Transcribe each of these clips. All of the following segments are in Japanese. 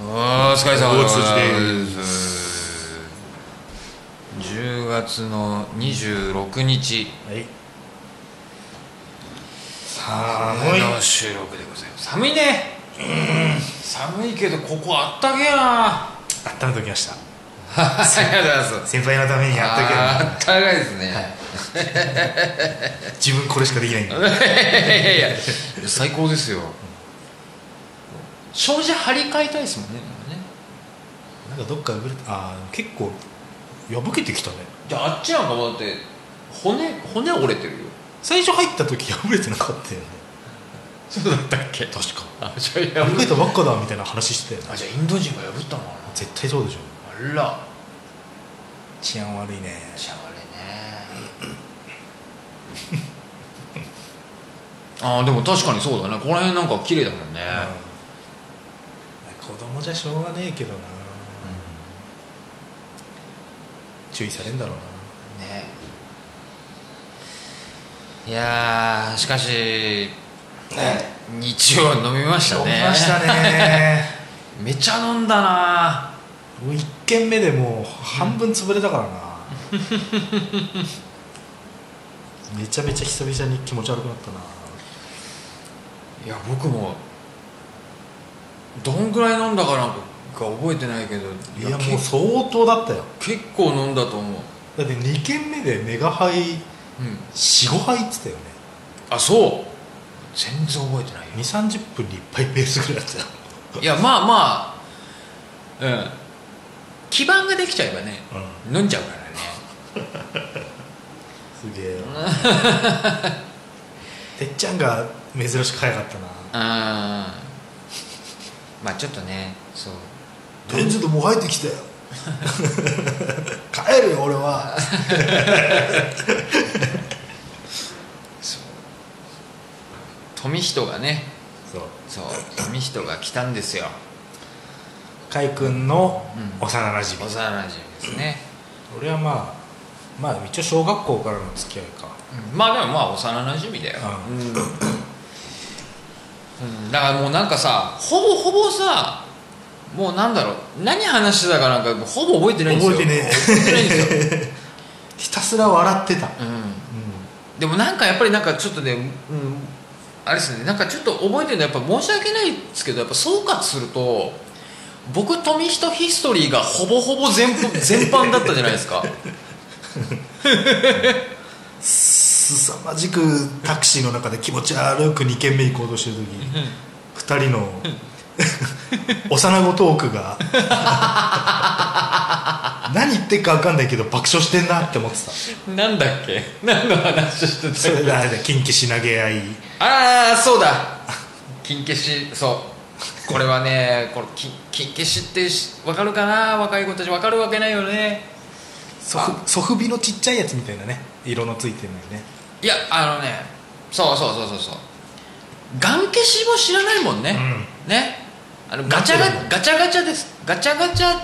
疲れ様お通じです10月の26日はい寒いの収録でございます寒いね寒いけどここあったけやなあっためときましたありがとうございます先輩のためにあったけどあったかいですね、自分これしかできないんだいやいやいや最高ですよ障子張り替えたいですもんねなんかねなんかどっか破れたあー結構破けてきたねじゃああっちなんかもうだって骨骨折れてるよ最初入った時破れてなかったよねそうだったっけ確かあじゃあ破破れれたばっかだみたいな話してたよねあじゃあインド人が破ったのか絶対そうでしょなあら治安悪いねじゃああれね あーでも確かにそうだねこの辺なんか綺麗だもんね、うん子供じゃしょうがねえけどな注意されんだろうねいやーしかし日曜飲みましたなね飲みましたね めちゃ飲んだなもう1軒目でもう半分潰れたからな、めちゃめちゃ久々に気持ち悪くなったないや僕もどんぐらい飲んだかなんか覚えてないけどいいややもう結相当だったよ結構飲んだと思う、だって2軒目でメガ杯うん、 45杯っつったよねあそう全然覚えてないよ2 3 0分に1杯ペースぐらいだったよいやまあまあうん基盤ができちゃえばね、飲んじゃうからねすげえなてっちゃんが珍しく早かったなあーまあちょっとねそう天井ともう入ってきたよ 帰るよ俺は富人がねそうそう富人が来たんですよ海君のうん幼なじみ、幼馴染ですね、俺はまあまあ一応小学校からの付き合いかうんまあでもまあ幼馴染だよ、ううんうんだからもうなんかさほぼほぼさもうなんだろう何話してたかなんかほぼ覚えてないんですよ覚えてねえ覚えてないんですよ、ひたすら笑ってた、うん、うんでもなんかやっぱりなんかちょっとね、うん、あれですねなんかちょっと覚えてるのはやっぱ申し訳ないですけどやっぱ総括すると僕富人ヒストリーがほぼほぼ全部全般 だったじゃないですかすさまじくタクシーの中で気持ち悪く2軒目行こうとしてる時2人の幼子トークが何言ってっか分かんないけど爆笑してんなって思ってた なんだっけ何の話してそたっれけであれだ近畿しなげ合いああそうだ金消しそうこれはねこの金金消しってし分かるかな若い子たち分かるわけないよねソフソフビのちっちゃいやつみたいなね色のついてるのよねいやあのねそうそうそうそうそうガン消しも知らないもんね、ねあのガチャガガチャだガチャガもんチャですガチャガチャ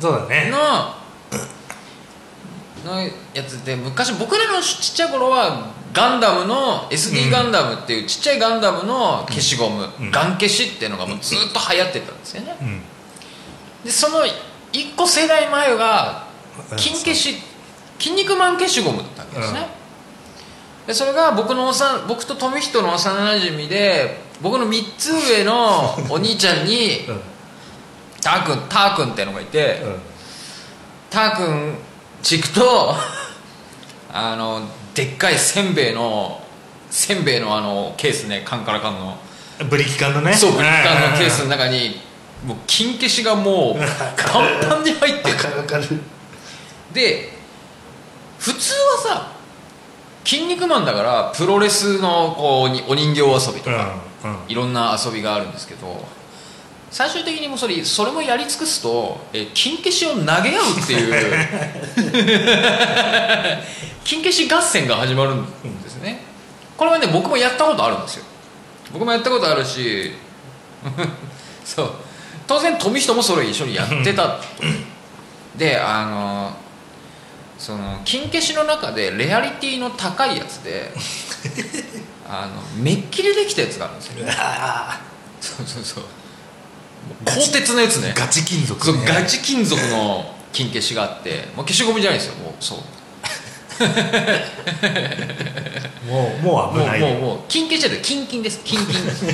そうだねののやつで昔僕らのちっちゃい頃はガンダムのう SD んガンダムっていうちっちゃいガンダムの消しゴム、うんガン消しっていうのがもうずっと流行ってたんですよねうんでその一個世代前がうん金消し筋肉マン消しゴムだったわけですね、でそれが僕のおさん僕と富人の幼なじみで僕の3つ上のお兄ちゃんにうんターくんターくんってのがいて、ターくんちくと あのでっかいせんべいのせんべいのあのケースね缶から缶のうんブリキ缶のねそうブリッカーのケースうのん中にもう金消しがもうパンパンに入ってるわかるわかるで普通はさ「筋肉マン」だからプロレスのこうにお人形遊びとうんか、いろんな遊びがあるんですけど最終的にもうそれそれもやり尽くすとえ金消しを投げ合うっていう金消し合戦が始まるんですねこれはね僕もやったことあるんですよ僕もやったことあるし そう当然富人もそれ一緒にやってたとであのその金消しの中でレアリティの高いやつであのメッキでできたやつがあるんですようんあそうそうそう鋼鉄のやつねガチ金属そうねガチ金属の金消しがあってもう消しゴムじゃないですよもうそうもうもう危もうないもうもう金消しじゃない金金 です金金です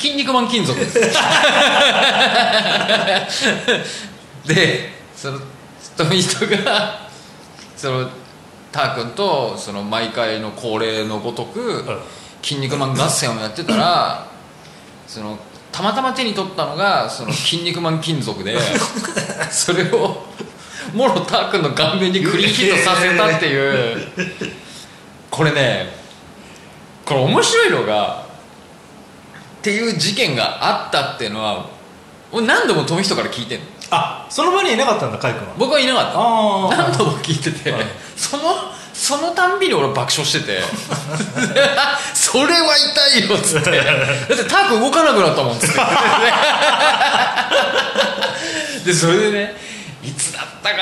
筋肉マン金属です でその富人がそのター君とその毎回の恒例のごとくうん「筋肉マン合戦」をやってたらそのたまたま手に取ったのがその筋肉マン金属 でそれをもろター君の顔面にクリーンヒットさせたっていうこれねこれ面白いのがっていう事件があったっていうのは俺何度も富人から聞いてんのあその場にいなかったんだカイ君は僕はいなかったああ何度も聞いてて、はいそのそのたんびに俺爆笑してて それは痛いよっつってだってターク動かなくなったもんっつって でそれでねいつだったか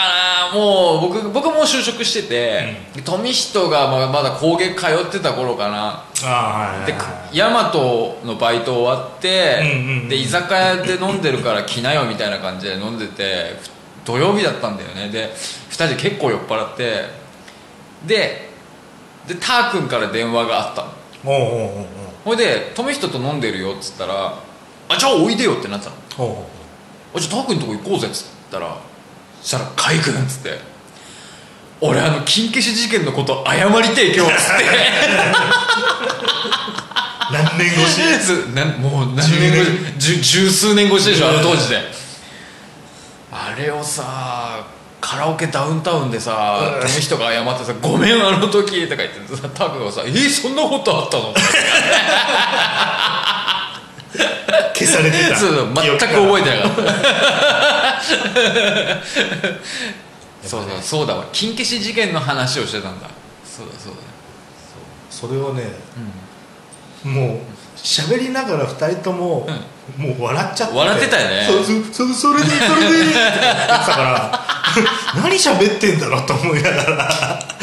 なもう僕僕もう就職してて、富人がまあまだ工芸通ってた頃かなあーはいではいはいヤマトのバイト終わって、うんうんうんで居酒屋で飲んでるから来なよみたいな感じで飲んでてふ土曜日だったんだよねで2人で結構酔っ払ってででター君から電話があったのおうおうおうほいで「富人と飲んでるよ」っつったら「あじゃあおいでよ」ってなってたのおうおうおうあじゃあタ君のとこ行こうぜっつったらそしたら「海君」っつって「俺あの金消し事件のこと謝りてえ今日」っつって何年越しずなもう何年越し十十数年越しでしょあの当時であれをさカラオケダウンタウンでさうん富人が謝ってさ「ごめんあの時」とか言ってさタクがさ「えそんなことあった の?」消されてたそうそう全く覚えてなかったそうそうそうだわ金消し事件の話をしてたんだそうだそうだそれをね、もう喋りながら二人とも、もう笑っちゃって笑ってたよねそうそうそそれでそれでって言ってたから 何喋ってんだろうと思いながら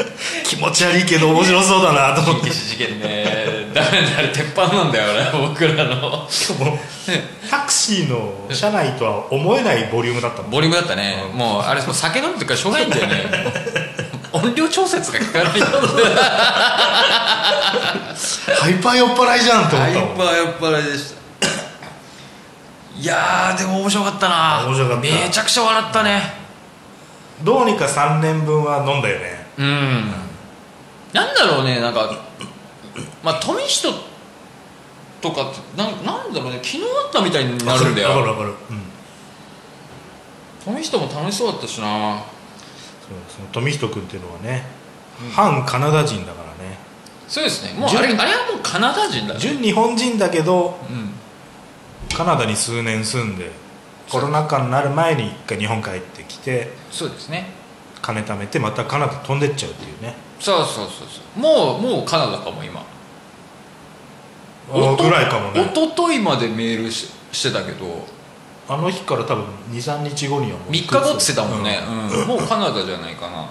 気持ち悪いけど面白そうだなと思って金消し事件ね ダメだあれ鉄板なんだよね僕らのしかもタクシーの車内とは思えないボリュームだったもんボリュームだったね、もうあれもう酒飲んでるからしょうがないんだよね 音量調節が効かないんだ ハイパー酔っ払いじゃんと思ハっイたもんパー酔っ払いでしたいやーでも面白かったな面白かっためちゃくちゃ笑ったねどうにか3年分は飲んだよねうん、なんだろうねなんかまあ富人とかってなんなんだろうね昨日あったみたいになるんだわかるよわかるわかるうん富人も楽しそうだったしなそうその富人君っていうのはね、反カナダ人だからねそうですねもうあれ純あれはもうカナダ人だね純日本人だけどうんカナダに数年住んでコロナ禍になる前に一回日本帰ってきてそうですね金貯めてまたカナダ飛んでっちゃうっていうねそうそうそうそうもうもうカナダかも今あぐらいかもね一昨日までメールししてたけどあの日から多分23日後にはもう3日後って言ってたもんね、うんもうカナダじゃないかな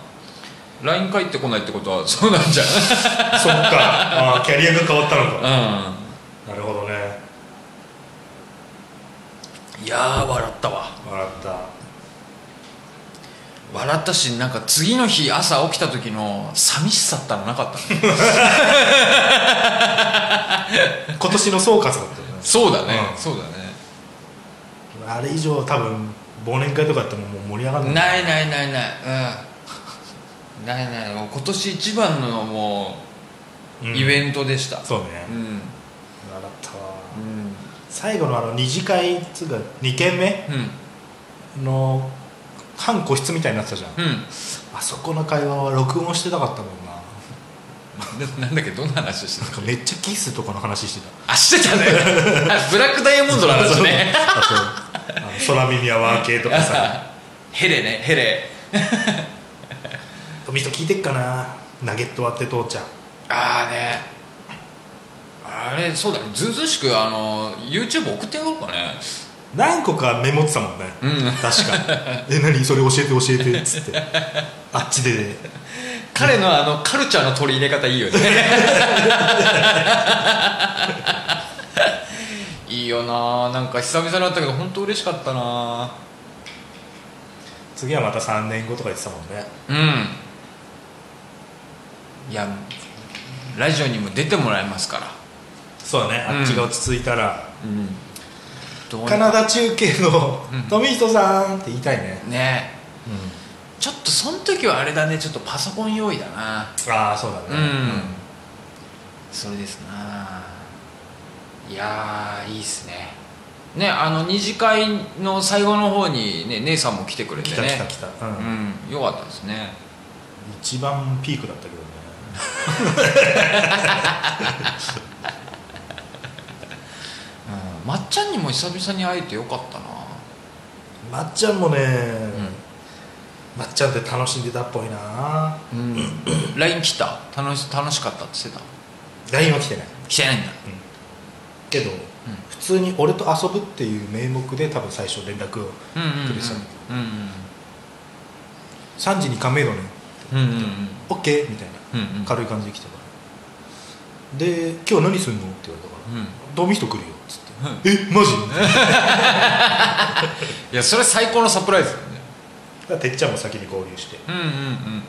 LINE 返ってこないってことはそうなんじうんそっかあーキャリアが変わったのかゃんなるほどねうんいやー笑ったわ笑った笑ったしなんか次の日朝起きた時の寂しさったらなかったね今年の総括だったよねそうだね、うんそうだあれ以上多分忘年会とかやってももう盛り上がんねないないないないうんないないもう今年一番のもううんイベントでした、そうねうん笑ったわうん最後のあの二次会っつうか2軒目うんの半個室みたいになってたじゃんうんあそこの会話は録音してなかったもんなななんだっけどんな話してたなんかめっちゃキスとかの話してたあしてたねあブラックダイヤモンドの話ねあとあの空耳アワー系とかさ ヘレねヘレ「富人聞いてっかなナゲット割って父ちゃんああねあれそうだねずうずうしくあの YouTube 送ってやろうかね」何個かメモってたもんね、うん確か「え何それ教えて教えて」っつってあっちで彼のあのカルチャーの取り 入れ方いいよねいいいよななんか久々だったけど本当嬉しかったな次はまた3年後とか言ってたもんねうんいやラジオにも出てもらえますからそうだねうんあっちが落ち着いたら、うんどうにカナダ中継のうん「富人さん」って言いたいね、ねちょっとその時はあれだねちょっとパソコン用意だなああそうだねうんそれですないやーいいっすねねあの二次会の最後の方にね姉さんも来てくれて来ねた来た来た、うんうんよかったですね一番ピークだったけどねうんまっちゃんにも久々に会えてよかったなまっちゃんもね、うまっちゃんって楽しんでたっぽいなうん、LINE 来た楽し楽しかったって言ってた LINE は来てない来てないんだけど、普通に俺と遊ぶっていう名目で多分最初連絡をうんうんくれてたんだう3時に亀戸ねんうんうんうんうん OK みたいうんうんな軽い感じで来たからで「今日何すんの?」って言われたから「ドミヒト来るよ」っつって「えマジ?」 いやそれ最高のサプライズだよねだからてっちゃんも先に合流してうん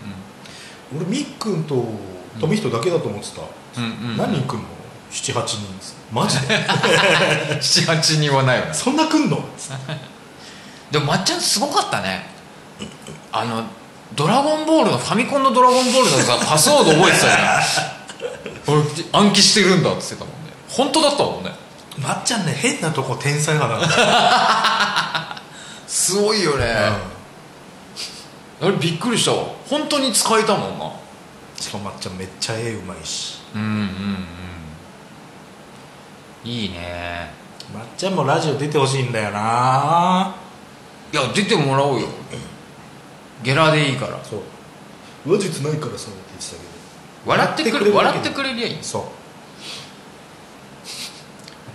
俺みっくんと富人だけだと思ってた、うんうんうんうんうん何人来んの78人っつってマジで 78人はないよねそんな来んのっつってでもまっちゃんすごかったねあの「ドラゴンボール」のファミコンの「ドラゴンボール」のさパスワード覚えてたよね俺暗記してるんだって言ってたもんね本当だったもんねまっちゃんね変なとこ天才派なん だよ、すごいよね、あれびっくりしたわ本当に使えたもんなうんしかもまっちゃんめっちゃ絵うまいしうんうんうんいいねまっちゃんもラジオ出てほしいんだよないや出てもらおうよゲラでいいからそう話術ないからさって言ってたけ笑ってくれ笑ってくれりゃいいんどですそう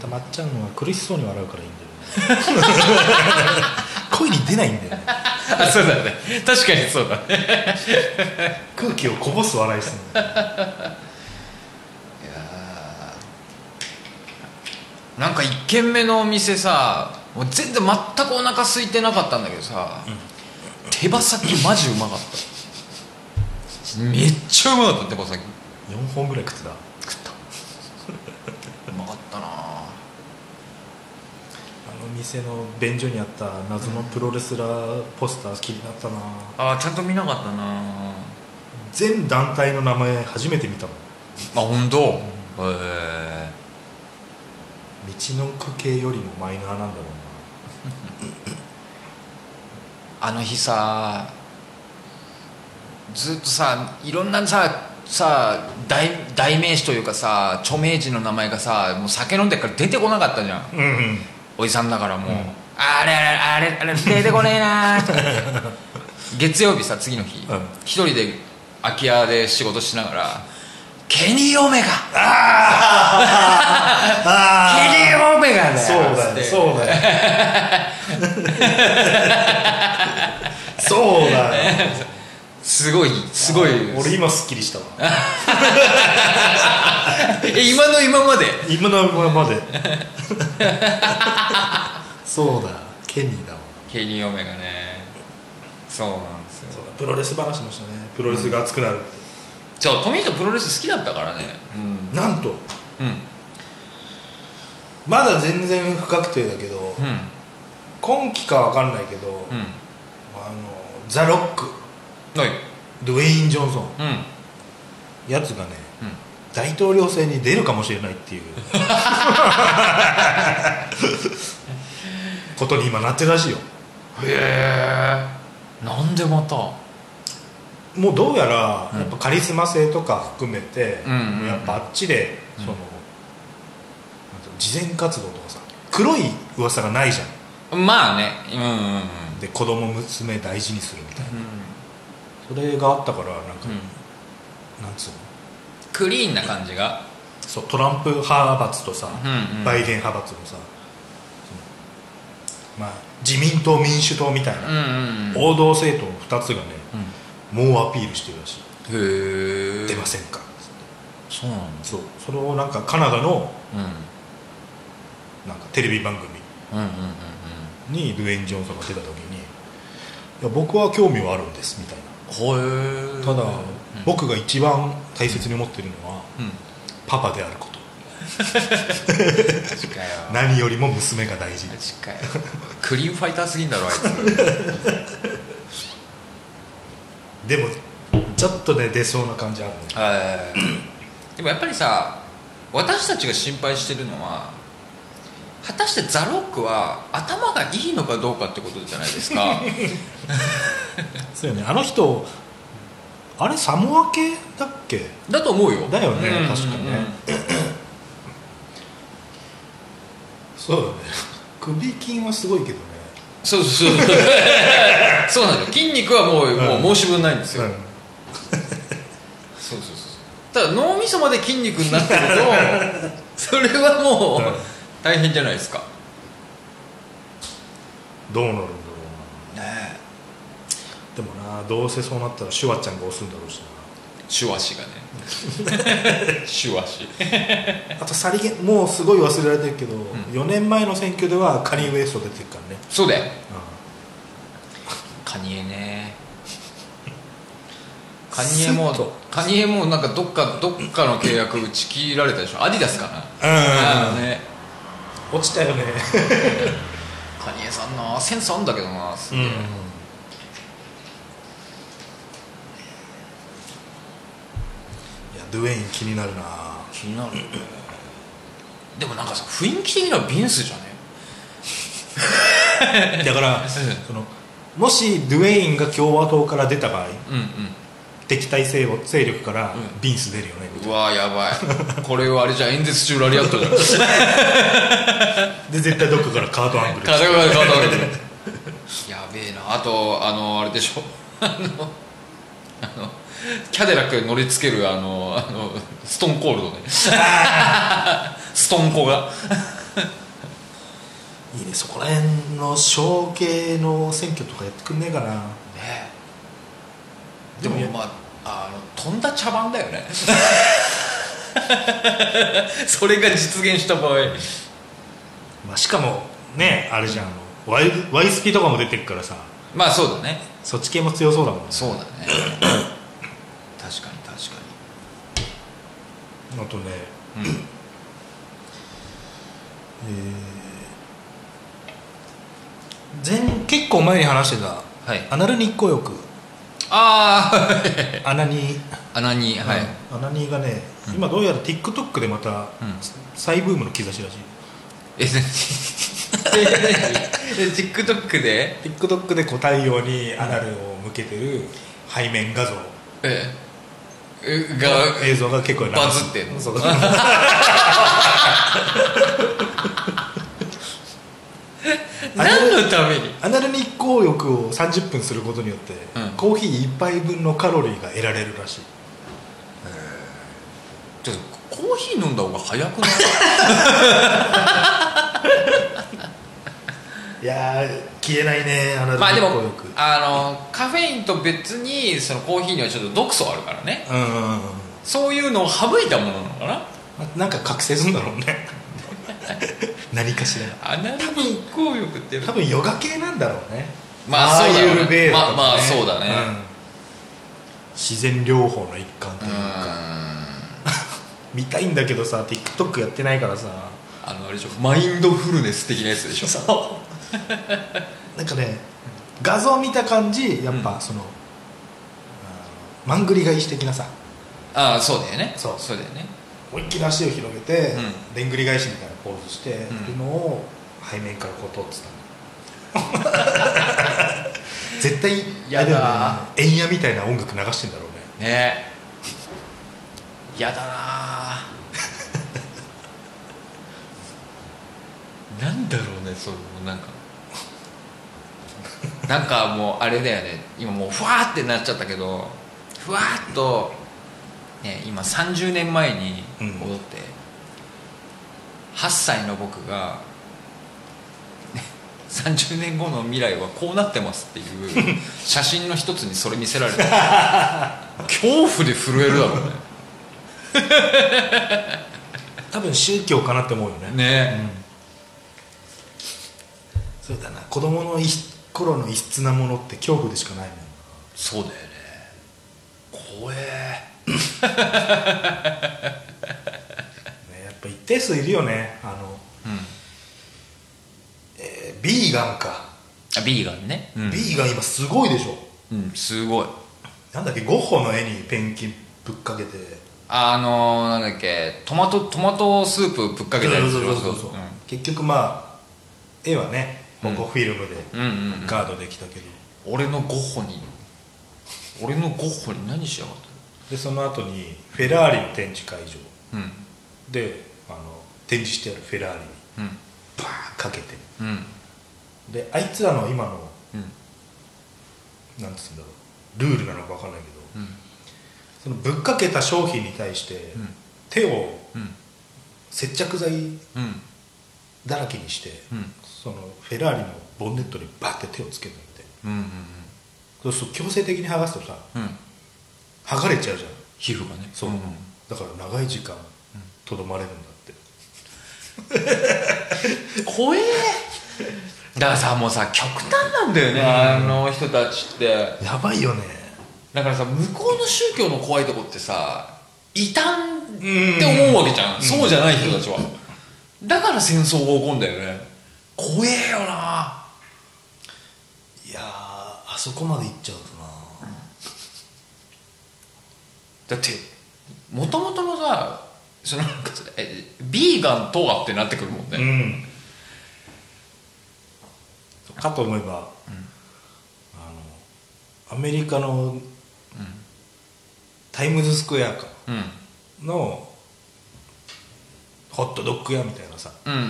またまっちゃんは苦しそうに笑うからいいんだよね 声に出ないんだよねあそうだね確かにそうだね空気をこぼす笑いするのなんか1軒目のお店さもう全然全くお腹空いてなかったんだけどさ、手羽先マジうまかっためっちゃうまかった手羽先4本ぐらい食ってた食ったうまかったなあの店の便所にあった謎のプロレスラーポスター気になったなああちゃんと見なかったな全団体の名前初めて見たもんあ本当。へえ道の区系よりもマイナーなんだろうあの日さずっとさいろんなささ代代名詞というかさ著名人の名前がさもう酒飲んでっから出てこなかったじゃんなうんうんおじさんだからもう、うんあれあれあれあれ出てこねえな ーとか月曜日さ次の日うん一、人で空き家で仕事しながら「ケニー・オメガケ ニ あー・オメガだよ」そうつだっよてそうだよそうだよすごいすごい俺今すっきりしたわえ今の今まで今のまでそうだケニーだわケニー・オメガねそうなんですよそうだプロレス話もしたねプロレスが熱くなるって、じゃあトミーとプロレス好きだったからねうんなんとうんまだ全然不確定だけど、うん今期かわかんないけど、うんあのザ・ロックはいドウェイン・ジョンソンうんやつがねうん大統領選に出るかもしれないっていう ことに今なってるらしいよへえなんでまたもうどうやら、うんやっぱカリスマ性とか含めて、うんうんうんやっぱあっちで、うんそのなんていうの慈善活動とかさ黒い噂がないじゃんまあねうんうんうんで子供娘大事にするみたいな、うんそれがあったからなんか、うんなんつうのクリーンな感じがそうトランプ派閥とさ、うんうんバイデン派閥のさそのまあ、自民党民主党みたいうんな、うんうん王道政党の2つがね猛アピールしてるらしい、うんへえ出ませんかそうなんだそうそれをなんかカナダのうんなんかテレビ番組うんうんうんうんにドゥエイン・ジョンソンが出た時にいや僕は興味はあるんですみたいなほえただ、うん僕が一番大切に思ってるのは、うんパパであることマジかよ何よりも娘が大事マジかよクリーンファイターすぎんだろあいつ でもちょっとね出そうな感じあるねえーでもやっぱりさ私たちが心配してるのは果たしてザ・ロックは頭がいいのかどうかってことじゃないです かそうよねあの人あれサモア系だっけだと思うよだよねうん確かねそうだね首筋はすごいけどねそうそうそう そうなんですよ筋肉はもう,、うんもう申し分ないんですよ、うんそうそうそうただ脳みそまで筋肉になってると それはもううん大変じゃないですかどうなるんだろうねえなでもなどうせそうなったらシュワちゃんが押すんだろうし手足がね 手足なあとさりげもうすごい忘れられてるけど、4年前の選挙ではカニウエスト出てるからね、そうだよカニエねカニエもスッとカニエもなんかどっかどっかの契約打ち切られたでしょアディダスかなあのね落ちたよねカニエさんなセンスあんだけどなすげえいやドゥエイン気になるな気になるよねでもなんかさ雰囲気的にはビンスじゃねだから、そのもしドゥエインが共和党から出た場合うん敵対勢力勢力からうんビンス出るようね、んうわーやばいこれはあれじゃん演説中ラリアットじゃんで絶対どっかからカートアングル体が変わったわけでやべえなあとあのあれでしょあのあのキャデラックに乗りつけるあのあのストーンコールドねストンコがいいねそこら辺の小系の選挙とかやってくんねえかなねででももまああの飛んだ茶番だよねそれが実現した場合まあ、しかもねあれじゃん、あのワイワイスピとかも出てるからさまあそうだねそっち系も強そうだもんねそうだね確かに確かあとねに、うん前結構前に話してたはいアナル日光浴あアナニーあ 穴にはい、アナニーがね、今どうやら TikTok でまたうん再ブームの兆しらしいえ何 え何 TikTok で TikTok でこう太陽にアナルを向けてる背面画像ええが映像が結構流れバズってんのそうあれ何のためにアナル日光浴を30分することによって、うんコーヒー1杯分のカロリーが得られるらしいちょっとコーヒー飲んだ方が早くないいやー消えないねアナル まあで日も光浴、あのカフェインと別にそのコーヒーにはちょっと毒素あるからねうんうんうんそういうのを省いたものなのかなまあなんか覚醒するんだろうね 何かしらアナログ日光浴って多分ヨガ系なんだろうねまあそうだろうねアーユルベーダとかねまあまあそうだねん自然療法の一環とういーうんか見たいんだけどさ TikTok やってないからさあのあれでしょマインドフルネス的なやつでしょそうなんかね画像見た感じやっぱその、あのマングリ返し的なさああそうだよねそうそうだよね思いっきり足を広げて、うでんぐり返しみたいなポーズしてんるのを背面からこう撮ってたの 絶対やだあれよね円矢みたいな音楽流してんだろうねねえやだなあ なんだろうねそのなんかなんかもうあれだよね今もうふわーってなっちゃったけどふわーっと、ね、今30年前に戻って、8歳の僕が、ね30年後の未来はこうなってますっていう写真の一つにそれ見せられた恐怖で震えるだろう多分宗教かなって思うよねねね、そうだな子供のい頃の異質なものって恐怖でしかないもんそうだよね怖えねやっぱ一定数いるよねあの、うんえービーガンか、あビーガンね、うんビーガン今すごいでしょうん、すごいなんだっけゴッホの絵にペンキぶっかけてあのー、なんだっけトマトトマトスープぶっかけたやつそう結局まあ絵はねここフィルムでうんうんうんガードできたけど、うん俺のゴッホに俺のゴッホに何しやがっでその後にフェラーリの展示会場たのであの展示してあるフェラーリにうんバーンかけてうんうんであいつらの今のうんなんつうんだろうルールなのか分かんないけうどんそのぶっかけた商品に対して、ん手をうん接着剤うんだらけにして、うんそのフェラーリのボンネットにバッて手をつけるのってうんうんそうすると強制的に剥がすとさうんうん剥がれちゃうじゃん皮膚がねそう、んだから長い時間とどまれるんだって、怖えだからさもうさ極端なんだよね、あの人たちってやばいよねだからさ向こうの宗教の怖いとこってさ異端って思うわけじゃん、そうじゃない人たちは、だから戦争が起こんだよね怖えよないやーあそこまで行っちゃうとなだってもともとのさそのなんかさえビーガンとはってなってくるもんね、うんかと思えば、あのアメリカの、タイムズスクエアかうん、うんのホットドッグ屋みたいなさうんうん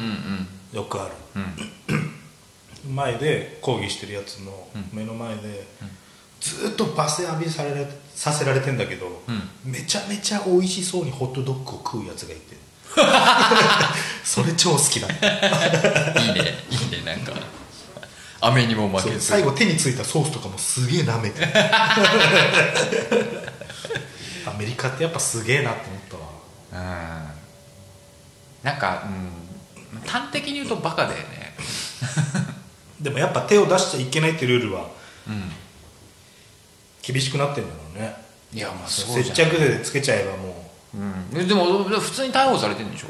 よくあるうん前で抗議してるやつの目の前で、ずーっと罵声浴びされさせられてんだけど、めちゃめちゃ美味しそうにホットドッグを食うやつがい てそれ超好きだいいねいいねなんか雨にも負そけうず最後手についたソースとかもすげえ舐 めてアメリカってやっぱすげえなって思ったわうんなんか、うん、端的に言うとバカだよねでもやっぱ手を出しちゃいけないってルールはうん厳しくなってんだろうねいやまあそうじ接ゃん着剤でつけちゃえばもううんえでもでも普通に逮捕されてるんでしょ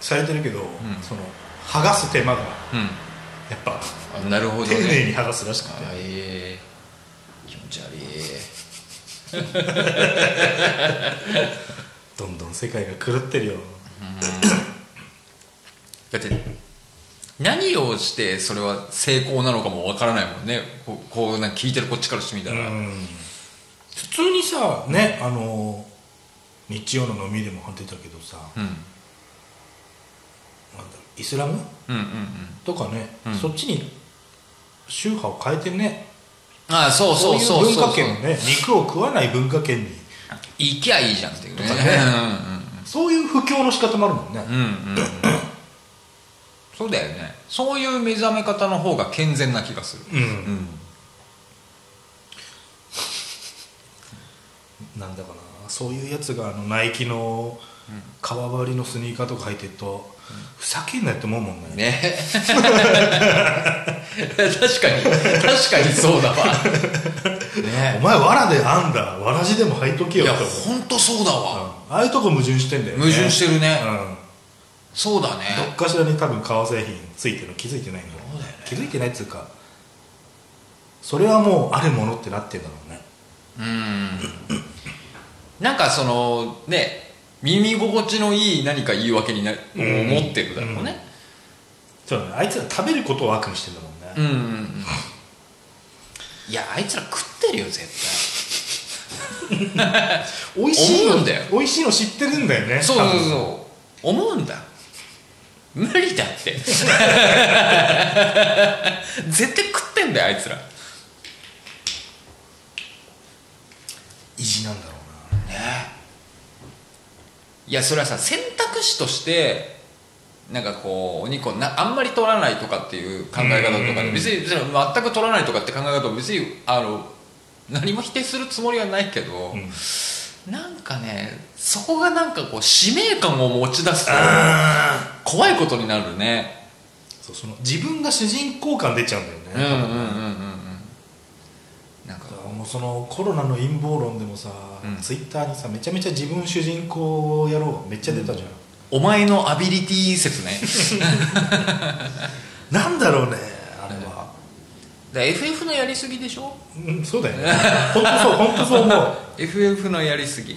されてるけど、その剥がす手間がうんやっぱあなるほど丁寧ねに剥がすらしくてあええ気持ち悪いどんどん世界が狂ってるよだって何をしてそれは成功なのかもわからないもんねこうこうなんか聞いてるこっちからしてみたうら、ん普通にさねあの日曜の飲みでも出てたけどさ、うん、うんなんだろうイスラムうんうんとかね、うんそっちに宗派を変えてねああそうそうそうそうい文そう化圏をね肉を食わない文化圏に行きゃいいじゃんっていうねとかねそういう布教の仕方もあるもんね、 うんうんうんうんうんそうだよねそういう目覚め方の方が健全な気がするうんうんなんだかなそういうやつがあのナイキの革張りのスニーカーとか履いてると、ふざけんなよって思うもんねね確かに確かにそうだわおね前わらで編んだわらじでも履いとけいよやって思う本当そうだわ、うんああいうとこ矛盾してんだよね矛盾してるねうんそうだねどっかしらに多分革製品ついてるの気づいてないんだろそうだよね気づいてないっつうかそれはもうあるものってなってんだろうねうんなんかそのね耳心地のいい何か言い訳にな、うん思ってるだろうねそうだねあいつら食べることを悪にしてんだもんね、うん、うんうん、いやあいつら食ってるよ絶対美味しい思うのんだよ美味しいの知ってるんだよねそうそう多分そう思うんだ無理だ って絶対食ってんだよあいつら意地なんだろいやそれはさ選択肢としてなんかこうお肉をなあんまり取らないとかっていう考え方とかうでん別にそれ全く取らないとかって考え方も別にあの何も否定するつもりはないけど、うな、うんなんかねそこがなんかこう使命感を持ち出すとあー怖いことになるねそうその自分が主人公感出ちゃうんだよね、うんうんうんうんなんかだからもうそのコロナの陰謀論でもさ、うんツイッターにさめちゃめちゃ自分主人公やろうめっちゃ出たじゃん、お前のアビリティ説 ねなんだろうねあれは、だから FF のやりすぎでしょうん、そうだよね本当そう本当そう思う FF のやりすぎ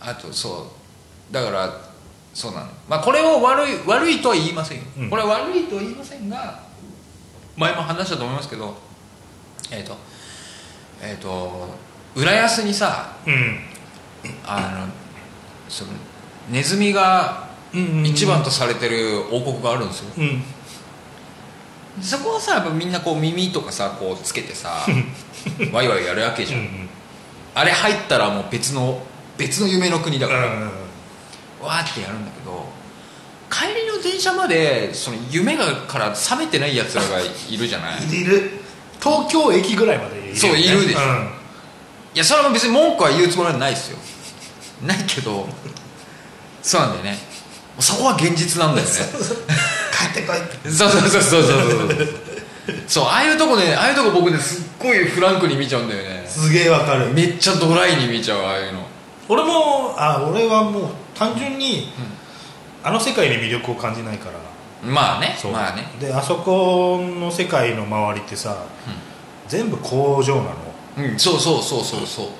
あとそうだからそうなのまあこれを悪い悪いとは言いませんよ、うんこれは悪いとは言いませんが前も話したと思いますけどえっ、とえっ、と浦安にさうあのそのネズミがん一番とされてる王国があるんですようんそこはさやっぱみんなこう耳とかさこうつけて さワイワイやるわけじうゃん、んあれ入ったらもう別の別の夢の国だだか、かららわーってやるんだけど帰りの電車までその夢がから覚めてないやつらがいるじゃない いいる東京駅ぐらいまでいるよねそういるでしょうんやそれも別に文句は言うつもりはないですよないけどそうなんだよねそこは現実なんだ よね帰ってこいってそうそうそうそうそうそうそうああいうとこねああいうとこ僕ねすっごいフランクに見ちゃうんだよねすげえわかるめっちゃドライに見ちゃうああいうの俺もあ俺はもう単純に、あの世界に魅力を感じないからまあねそうまあねであそこの世界の周りってさ、全部工場なのうんそうそうそうそうそう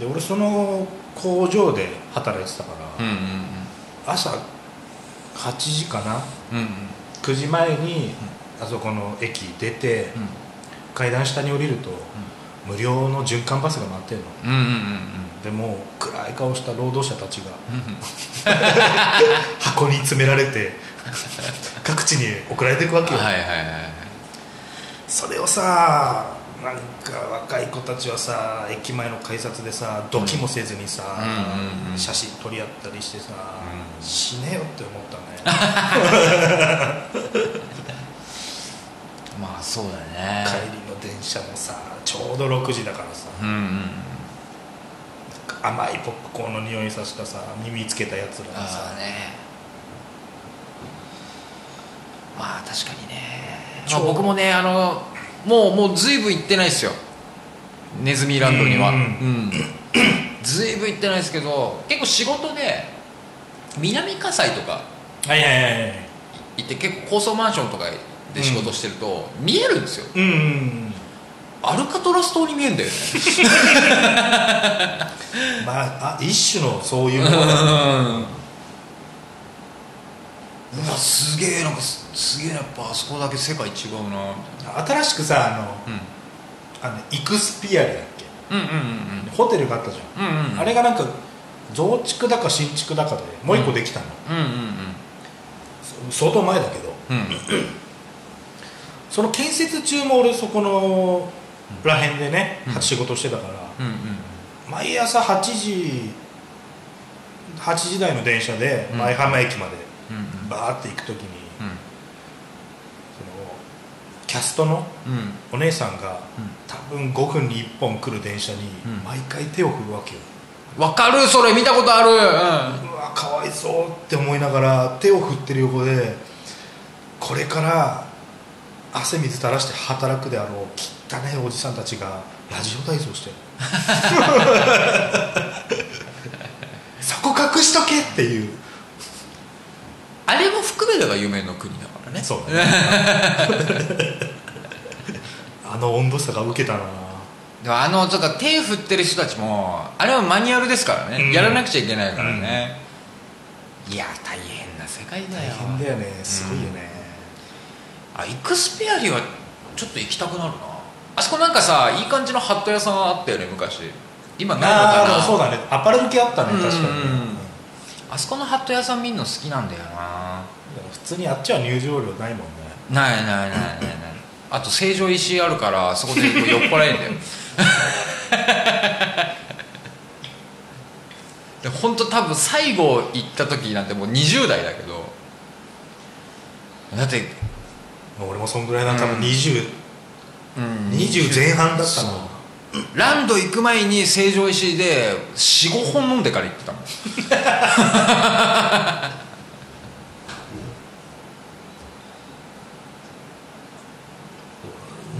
で俺その工場で働いてたから、うんうん朝8時かなうんうん9時前に、あそこの駅出て、うん階段下に降りると、無料の循環バスが待ってるのうんうんうんでもう暗い顔した労働者たちがうんうんうん箱に詰められて各地に送られていくわけよ、はいはいはいはいそれをさなんか若い子たちはさ駅前の改札でさドキもせずにさ、うんうんうん写真撮り合ったりしてさ、うん死ねよって思っ たねまあそうだね帰りの電車もさちょうど6時だからさうんうん甘いポップコーンの匂いさしたさ耳つけたやつらがあさあねまあ確かにね、ちまょあ、僕もねあのもうもうずいぶん行ってないですよネズミランドにはううんんずいぶん行ってないですけど結構仕事で南葛西とかはいはいはいはい行って結構高層マンションとかで仕事してると、見えるんですようんうんうんアルカトラス島に見えるんだよねまあ、あ一種のそういうものだ うんうわすげえなんかすすげえやっぱあそこだけ世界違うなみ新しくさあのたいなあのイクスピアリだっけうんうんうんホテルがあったじゃうんうんうんん、うんあれがなんか増築だか新築だかでもう一個できたの、うんうんそ相当前だけどうんうんその建設中も俺そこのらへんでね、うん仕事してたからうん毎朝8時8時台の電車でうん舞浜駅までうんうんバーって行く時に、うんそのキャストのうんお姉さんが、うん多分5分に1本来る電車にうん毎回手を振るわけよ、わかるそれ見たことあるうんうわかわいそうって思いながら手を振ってる横でこれから汗水垂らして働くであろう汚いおじさんたちがラジオ体操してるそこ隠しとけっていうあれも含めだが夢の国だからねそうだね あの温度差が受けたなでもあのちょっと手振ってる人たちもあれはマニュアルですからね、うんやらなくちゃいけないからね、いや大変な世界だ大よ変だよねすごいよね、あイクスピアリはちょっと行きたくなるなあそこなんかさいい感じのハット屋さんあったよね昔今ないのああかなーそうだねアパレル系あったねうんうんうん確かに、うんあそこのハット屋さん見るの好きなんだよな普通にあっちは入場料ないもんねないないないないないあと成城石井あるからあそこでこう酔っ払えんだよ で本当多分最後行った時なんてもう20代だけどだって俺もそんぐらいな多分うん2020、うん20前半だったのランド行く前に成城石井で45本飲んでから行ってたも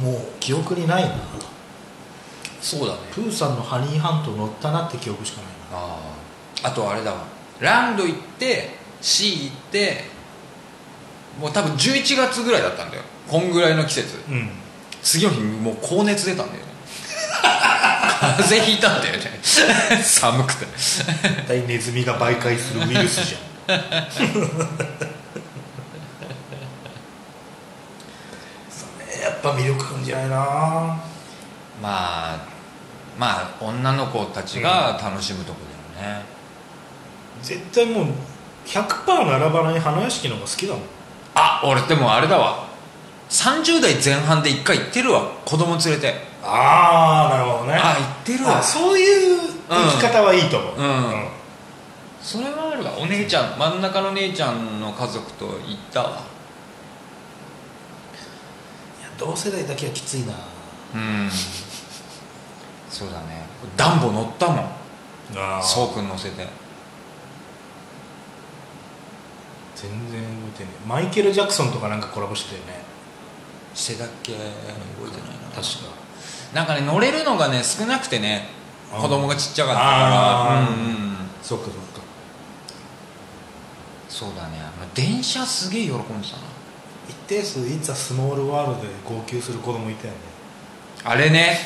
んもう記憶にないなそうだねプーさんのハニーハント乗ったなって記憶しかないなあああとあれだわランド行って C 行ってもう多分11月ぐらいだったんだよこんぐらいの季節うん次の日もう高熱出たんだよね風邪ひいたんだよね寒くて絶対ネズミが媒介するウイルスじゃん それやっぱ魅力感じないなまあまあ女の子たちが楽しむとこだよね、絶対もう100%並ばない花屋敷の方が好きだもんあ俺でもあれだわ30代前半で一回行ってるわ子供連れてああなるほどねあ行ってるわあそういう生き方はいいと思う、うんうんそれはあるわお姉ちゃん真ん中の姉ちゃんの家族と行ったわいや同世代だけはきついなうん そうだねダンボ乗ったもんあーそうくん乗せて全然覚えてねえマイケル・ジャクソンとかなんかコラボしてたよねしてたっけ覚えてないな確かなんかね乗れるのがね少なくてねあー子供がちっちゃかったからうんうあーんうんそっかそっかそうだねあの電車すげえ喜んでたな一定数「いつはスモールワールド」で号泣する子供いたよね あれね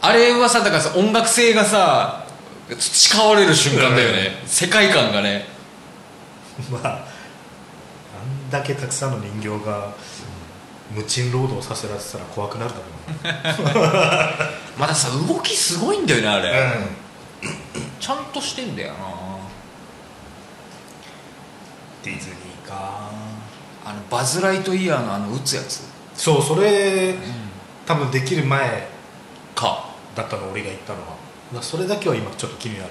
あれはさだからさ音楽性がさ培われる瞬間だよね世界観がねまああんだけたくさんの人形が無賃労働させられてたら怖くなるだろまたさ動きすごいんだよねあうれ、ねちゃんとしてんだよなディズニーかあのバズ・ライトイヤーのあの打つやつそうそれ、多分できる前かだったの俺が行ったのはだからそれだけは今ちょっと気になる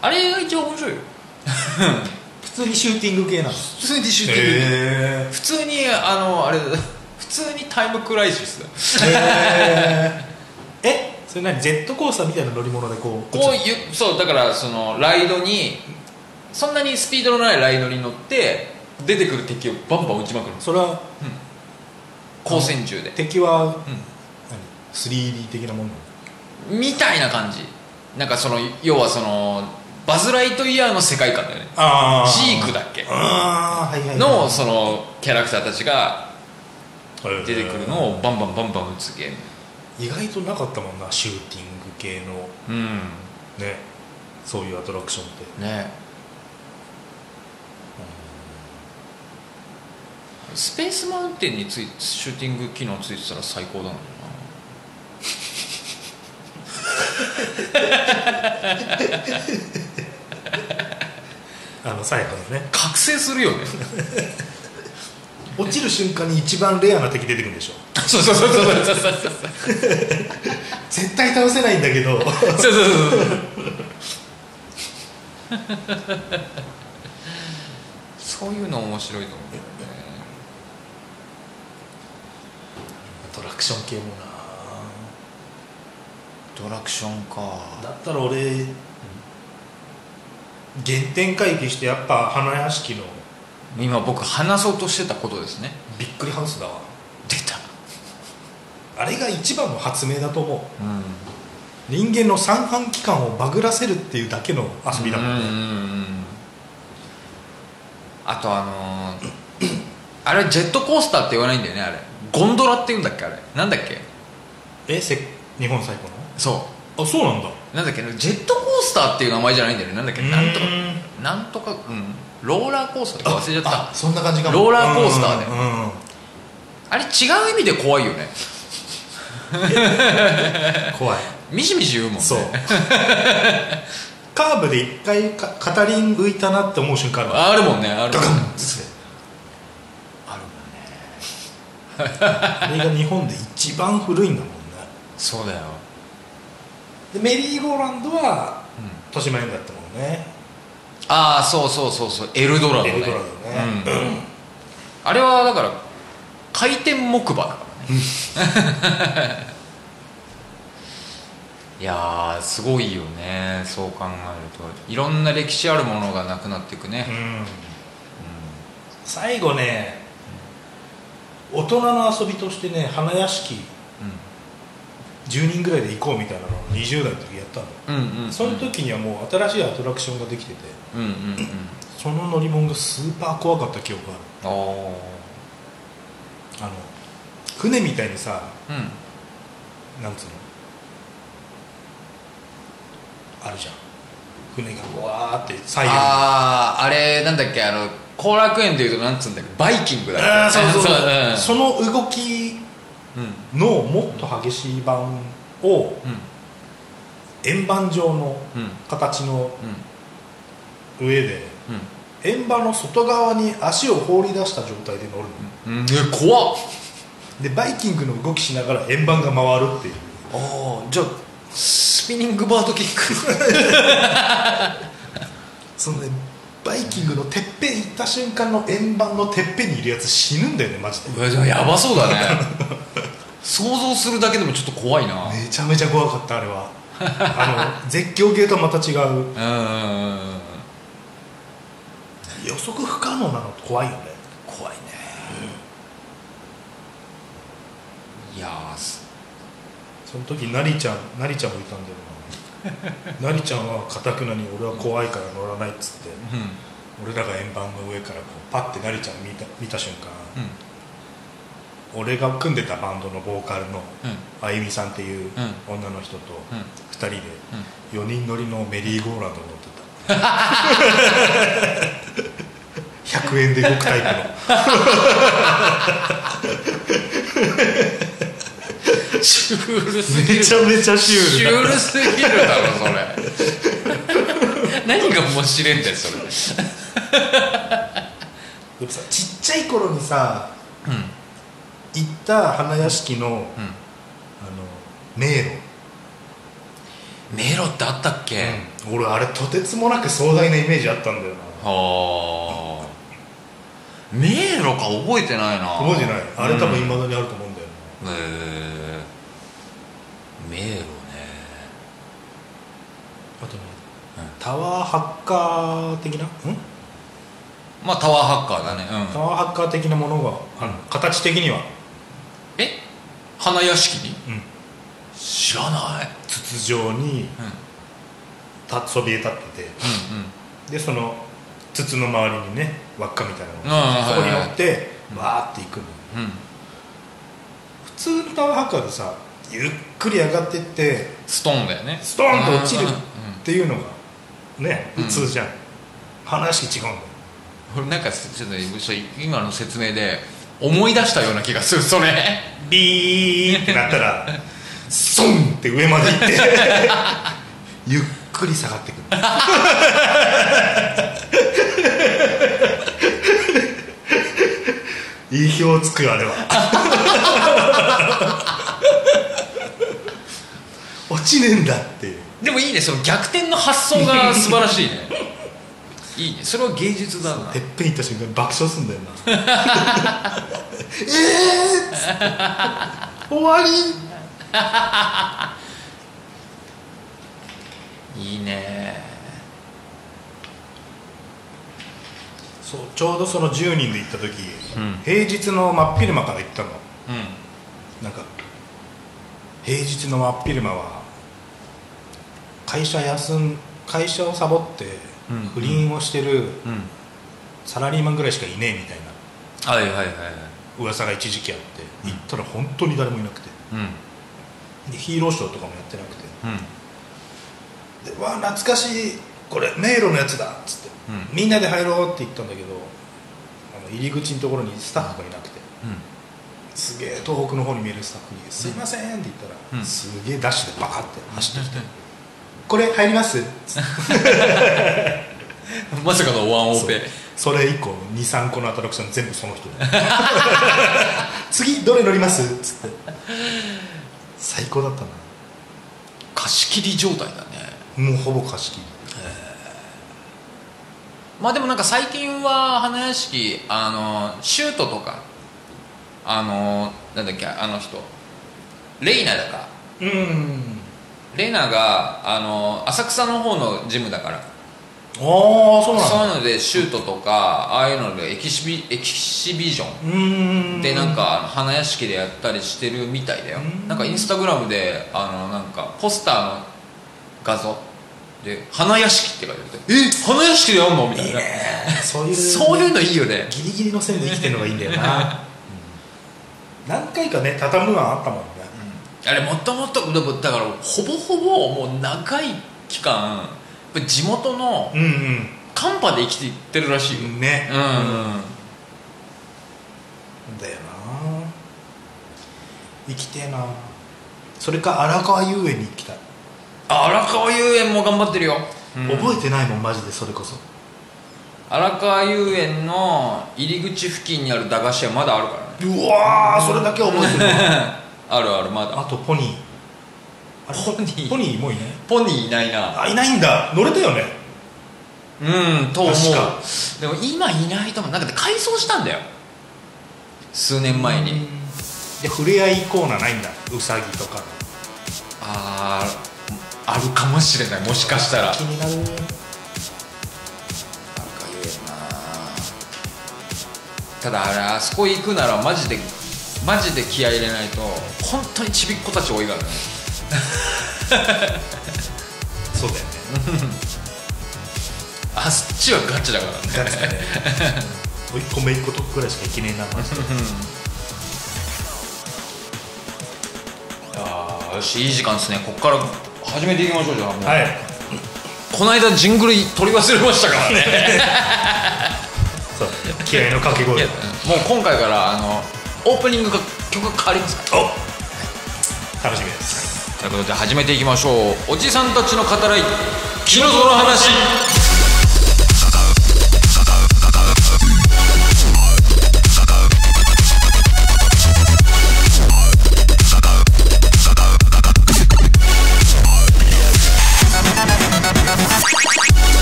あれが一番面白いよ普通にシューティング系なの普通にシューティング、へ普通にあのあれ普通にタイムクライシスだよえ えそれ何ジェットコースターみたいな乗り物でこうこういうそうだからそのライドにそんなにスピードのないライドに乗って出てくる敵をバンバン撃ちまくるんですそれは光線銃で敵はうん何 3D 的なものなのみたいな感じなんかその要はそのバズ・ライトイヤーの世界観だよねあジークだっけああはいはいはいのそのキャラクターたちが出出てくるのをバンバンバンバン撃つゲーム意外となかったもんなシューティング系のうんねそういうアトラクションってねスペースマウンテンについシューティング機能ついてたら最高だのにあの最後のねな覚醒するよね落ちる瞬間に一番レアな敵出てくるんでしょそうそうそうそうそうそうそうそう絶対倒せないんだ けどそうそうそうそういうの面白いと思うけどねアトラクション系もなドラクションかだったら俺原点回帰してやっぱ花屋敷の今僕話そうとしてたことですねびっくりハウスだわ出たあれが一番の発明だと思ううん人間の三半規管をバグらせるっていうだけの遊びだもんね、うんうんうんあとあのーあれジェットコースターって言わないんだよねあれゴンドラって言うんだっけあれなんだっけえせ日本最古そのあそうなんだうなんだっけジェットコースターっていう名前じゃないんだよねなんだっけなんとかなんとかうんローラーコースターとか忘れちゃったああそんな感じかもローラーコースターでうんうんうれん違う意味で怖いよね怖いみじみじ言うもんね そうカーブで一回か片輪浮いたなって思う瞬間あるあるもんねあるガもんねカンっつって あれが日本で一番古いんだもんねそうだよでメリーゴーランドはうん豊島園だったもんねああそうそうそうそうエルドラドねエルドラドうんあれはだから回転木馬だからね いやーすごいよねそう考えるといろんな歴史あるものがなくなっていくねうん最後ね大人の遊びとしてね花屋敷10人ぐらいで行こうみたいなのを20代の時やったの、うんうんうんその時にはもう新しいアトラクションができててうんうんうんその乗り物がスーパー怖かった記憶があるあーあの船みたいにさうんなんつうのあるじゃん船がわーって左右にあーあれなんだっけあの後楽園でいうとなんつうんだっけバイキングだっけあーそうそう そううんその動きうんのもっと激しい版を円盤状のうんうん形のうん上で円盤の外側に足を放り出した状態で乗るの、うんうんえ怖っでバイキングの動きしながら円盤が回るっていうああじゃあスピニングバードキ ックそのねバイキングのてっぺん行った瞬間の円盤のてっぺんにいるやつ死ぬんだよねマジでうわじゃあやばそうだね想像するだけでもちょっと怖いな、めちゃめちゃ怖かったあれはあ の絶叫系とまた違ううんうんうんうん予測不可能なのって怖いよね怖いね、いやーすその時なりちゃんなりちゃんもいたんだ よななりちゃんはかたくなに俺は怖いから乗らないっつってうん俺らが円盤の上からこうパッてなりちゃん見た見た瞬間、うん俺が組んでたバンドのボーカルのうんあゆみさんっていう女の人とうん2人で4人乗りのメリーゴーランド乗って た100円で動くタイプのシュールすぎるめちゃめちゃシシュューールルなすぎるだろそれ 何が面白いんだよそれでもさちっちゃい頃にさうんうん行った花屋敷の,、あの迷路、迷路ってあったっけ、うん俺あれとてつもなく壮大なイメージあったんだよなはあ迷路か覚えてないな覚えてないあれ多分うんいまだにあると思うんだよな、へえ迷路ねあとね、うんタワーハッカー的な、んまあタワーハッカーだねタうんワーハッカー的なものがあの形的には、え花屋敷にうん、知らない筒状にうんたそびえ立っててうでその筒の周りにね輪っかみたいなのあがあそこはいに乗はいってわーっていくんうのんうん普通のタワーハッカーでさゆっくり上がってってストーンだよねストーンと落ちるうんうんっていうのがねうん普通じゃん、話違うんだよ俺なんかちょっと今の説明で思い出したような気がするそれビーってなったらソンって上まで行って ゆっくり下がってくるいい表つくよあれ は落ちねえんだっていうでもいいねその逆転の発想 が素晴らしいねいいねそれは芸術だなてっぺん行った瞬間に爆笑すんだよなええーっつって終わりいいねそうちょうどその10人で行った時、うん平日の真っ昼間から行ったのうんなんか平日の真っ昼間は会社休ん会社をサボってうん不倫をしてるうんサラリーマンぐらいしかいねえみたいなはいはいはいはい噂が一時期あって行ったら本当に誰もいなくてうんでヒーローショーとかもやってなくてうんでわあ懐かしいこれ迷路のやつだっつって、うみんなで入ろうって言ったんだけどあの入り口のところにスタッフがいなくてすげえ東北の方に見えるスタッフに「すいません」って言ったら、うんすげえダッシュでバカって走ってきて「これ入ります?」うんまさかのワンオペそれ以降23個のアトラクション全部その人 次どれ乗りますっつって最高だったな貸し切り状態だねもうほぼ貸し切りまあでもなんか最近は花屋敷あのシュートとかあのなんだっけあの人レイナだかうんレナがあの浅草の方のジムだからああそうなんそうだいうのでシュートとかああいうのでエキシビエキシビジョンうーんでなんかあの花屋敷でやったりしてるみたいだようんなんかインスタグラムであのなんかポスターの画像で「花屋敷」って書いてあって「え花屋敷でやんの?」みたいいいなね そういうそういうのいいよねギリギリの線で生きてるのがいいんだよ な何回かね畳むのあったもんねあれもともとでもだからほぼほぼもう長い期間やっぱ地元のうん寒波で生きていってるらしいよううんんねうんだよな生きてえなそれか荒川遊園に行きたい、あ荒川遊園も頑張ってるよ、覚えてないもんマジでそれこそ荒川遊園の入り口付近にある駄菓子屋まだあるからねうわーそれだけは覚えてる あるあるまだ あとポニーあれポニーポニーもういないポニーいないなあいないんだ乗れたよねうんと思う確かでも今いないと思うなんかで改装したんだよ数年前に、で触れ合いコーナーないんだウサギとかのあああるかもしれないもしかしたら気になるねなんか言えんなただあれあそこ行くならマジでマジで気合い入れないと本当にちびっ子たち多いからねそうだよねあっちはガチだからねガチだねおいっ子めいっ子とぐらいしか行けねえなマジでああよしいい時間ですねこっから始めていきましょうじゃあもうはいこの間ジングル取り忘れましたから ねそう気合の掛けい声やもう今回からあのオープニングが曲が変わりますからお楽しみですということで始めていきましょうおじさんたちの語らい昨日その話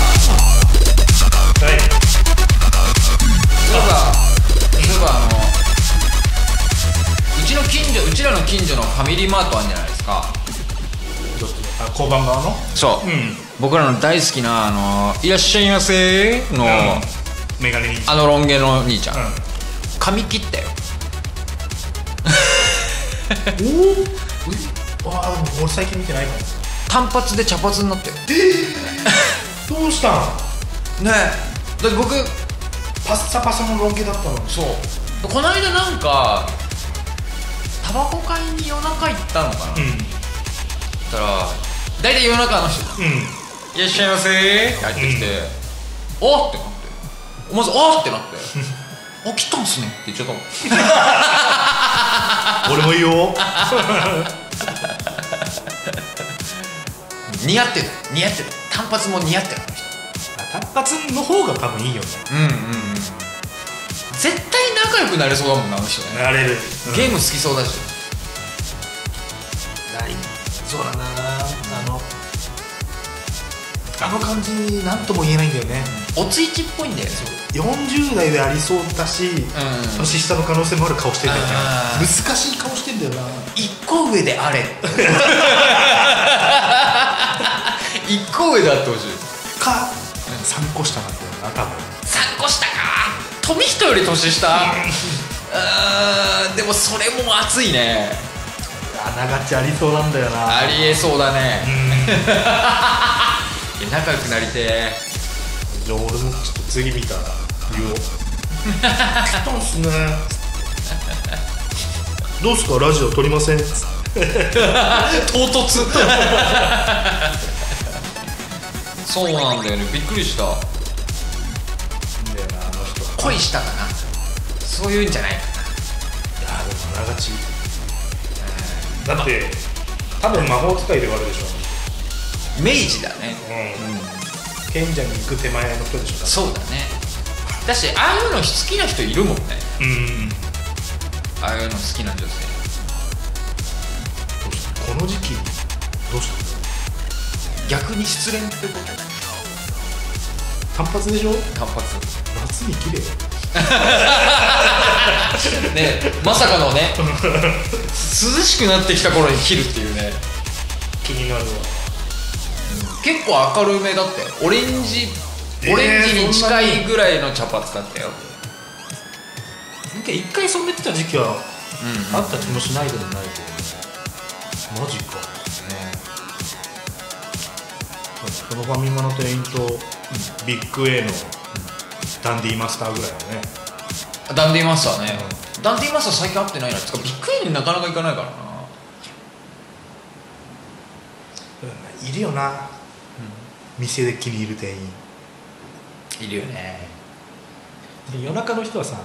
そういえばそうはいいえばあのうちの近所うちらの近所のファミリーマートあるんじゃないですかどっちあ交番側のそう、うん僕らの大好きなあの「いらっしゃいませ」の、うんメガネにあのロン毛の兄ちゃん、う髪切ったよんおおあ俺最近見てないかも単発で茶髪になったよねどうしたんえだって僕パッサパサのロン毛だったのにそうこの間なんかタバコ買いに夜中行ったのかな、うそしんたら大体夜中あの人う「んいらっしゃいませ」って入ってきて「おっ!」ってなって思わず「おっ!」ってな って「あ来たんすね」って言っちゃったもん俺も言おう似合ってる似合ってる単発も似合ってるこの人単発の方が多分いいよねうんうんうん絶対仲良くなれそうだもんなあの人ねなれるゲーム好きそうだしないそうだなあのあの感じなんとも言えないんだよねおついちっぽいんだよね40代でありそうだし、ん年下の可能性もある顔してんだよねあ難しい顔してんだよな一個上であ れ一個上であってほしいか3個下なんだよな多分3個下か富人より年 下うーんでもそれも熱いねあながちありそうなんだよなありえそうだう ねんいや仲良くなりてえじゃあ俺もちょっと次見たら言おう来たんすねどうすかラジオ撮りません唐突 そうなんだよねびっくりしたんだよなあの人い恋したかなそういうんじゃないかやでもながちだって多分魔法使いではあるでしょ、な明治だねうん賢者に行く手前の人でしょそうだねだしああいうの好きな人いるもんねうんうんああいうの好きな女性この時期どうしたの逆に失恋ってこと単発でしょ単発夏に綺麗ねまさかの ね涼しくなってきた頃に切るっていうね気になるわ結構明るめだったよオレンジっオレンジに近いぐらいの茶髪だったよ、なんか一回染めてた時期はあった気もしないでもないけどマジかこのファミマの店員とビッグ A のダンディマスターぐらいはねダンディマスターね、ダンディマスター最近会ってないなつかビッグ A になかなか行かないからなうんいるよな店で気に入る店員いるよね夜中の人はさ、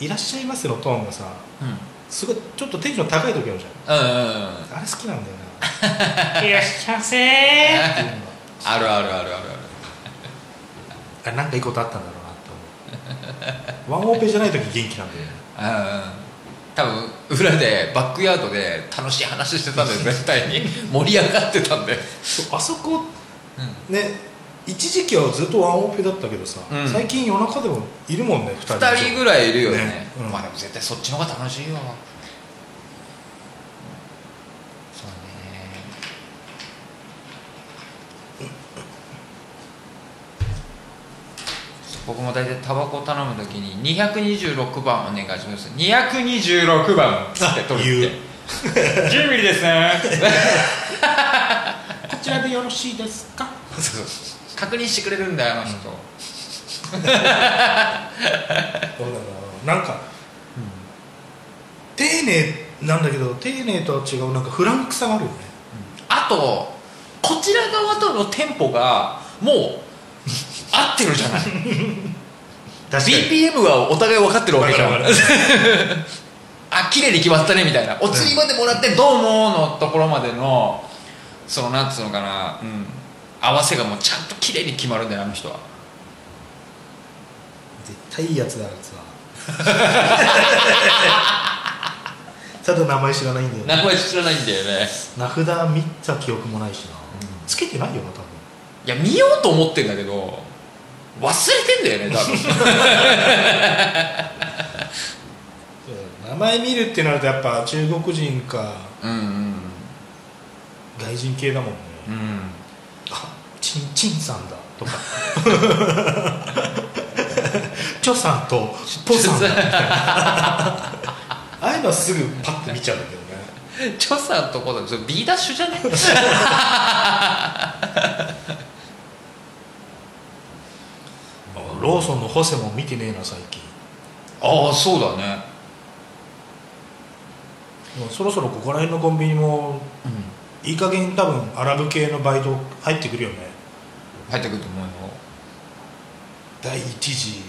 いらっしゃいますのトーンがさうんうんすごいちょっとテンション高い時あるじうんうんゃんあれ好きなんだよな いらっしゃいませーっていうのがあるあるあるあるあるあなんかいいことあったんだろうなって思うワンオペじゃない時元気なんだよねうん多分裏でバックヤードで楽しい話して たんだよ絶対に盛り上がってたんでそうあそこ、ね一時期はずっとワンオペだったけどさ、うん最近夜中でもいるもんね2人2人ぐらいいるよねねうんまあでも絶対そっちの方が楽しいよそうね僕も大体タバコ頼むときに226番お願いします226番っつって取るって10ミリですねこちらでよろしいですか確認してくれるんだよあの人、そうだななんか、丁寧なんだけど丁寧とは違うなんかフランクさがあるよねあとこちら側とのテンポがもう合ってるじゃない確 BPM はお互い分かってるわけ じゃんわかるわあ綺麗に決まったねみたいなお釣りまでもらって「どうも」のところまでのそのなんつうのかな、うん、合わせがもうちゃんと綺麗に決まるんだよあの人は絶対いいやつだあい つはただ名前知らないんだよね名前知らないんだよね名札見た記憶もないしな、つけてないよな多分いや見ようと思ってんだけど忘れてんだよね多分名前見るってなるとやっぱ中国人か うん外人系だもんね、うんうんあチンチンさんだ とかチョさんとポさんだみたいなああいうのはすぐパッと見ちゃうんだけどねチョさんとこだそれ B ダッシュじゃね ローソンのホセも見てねえな最近ああそうだねもうそろそろここら辺のコンビニもうんいい加減多分アラブ系のバイト入ってくるよね入ってくると思うよ第一次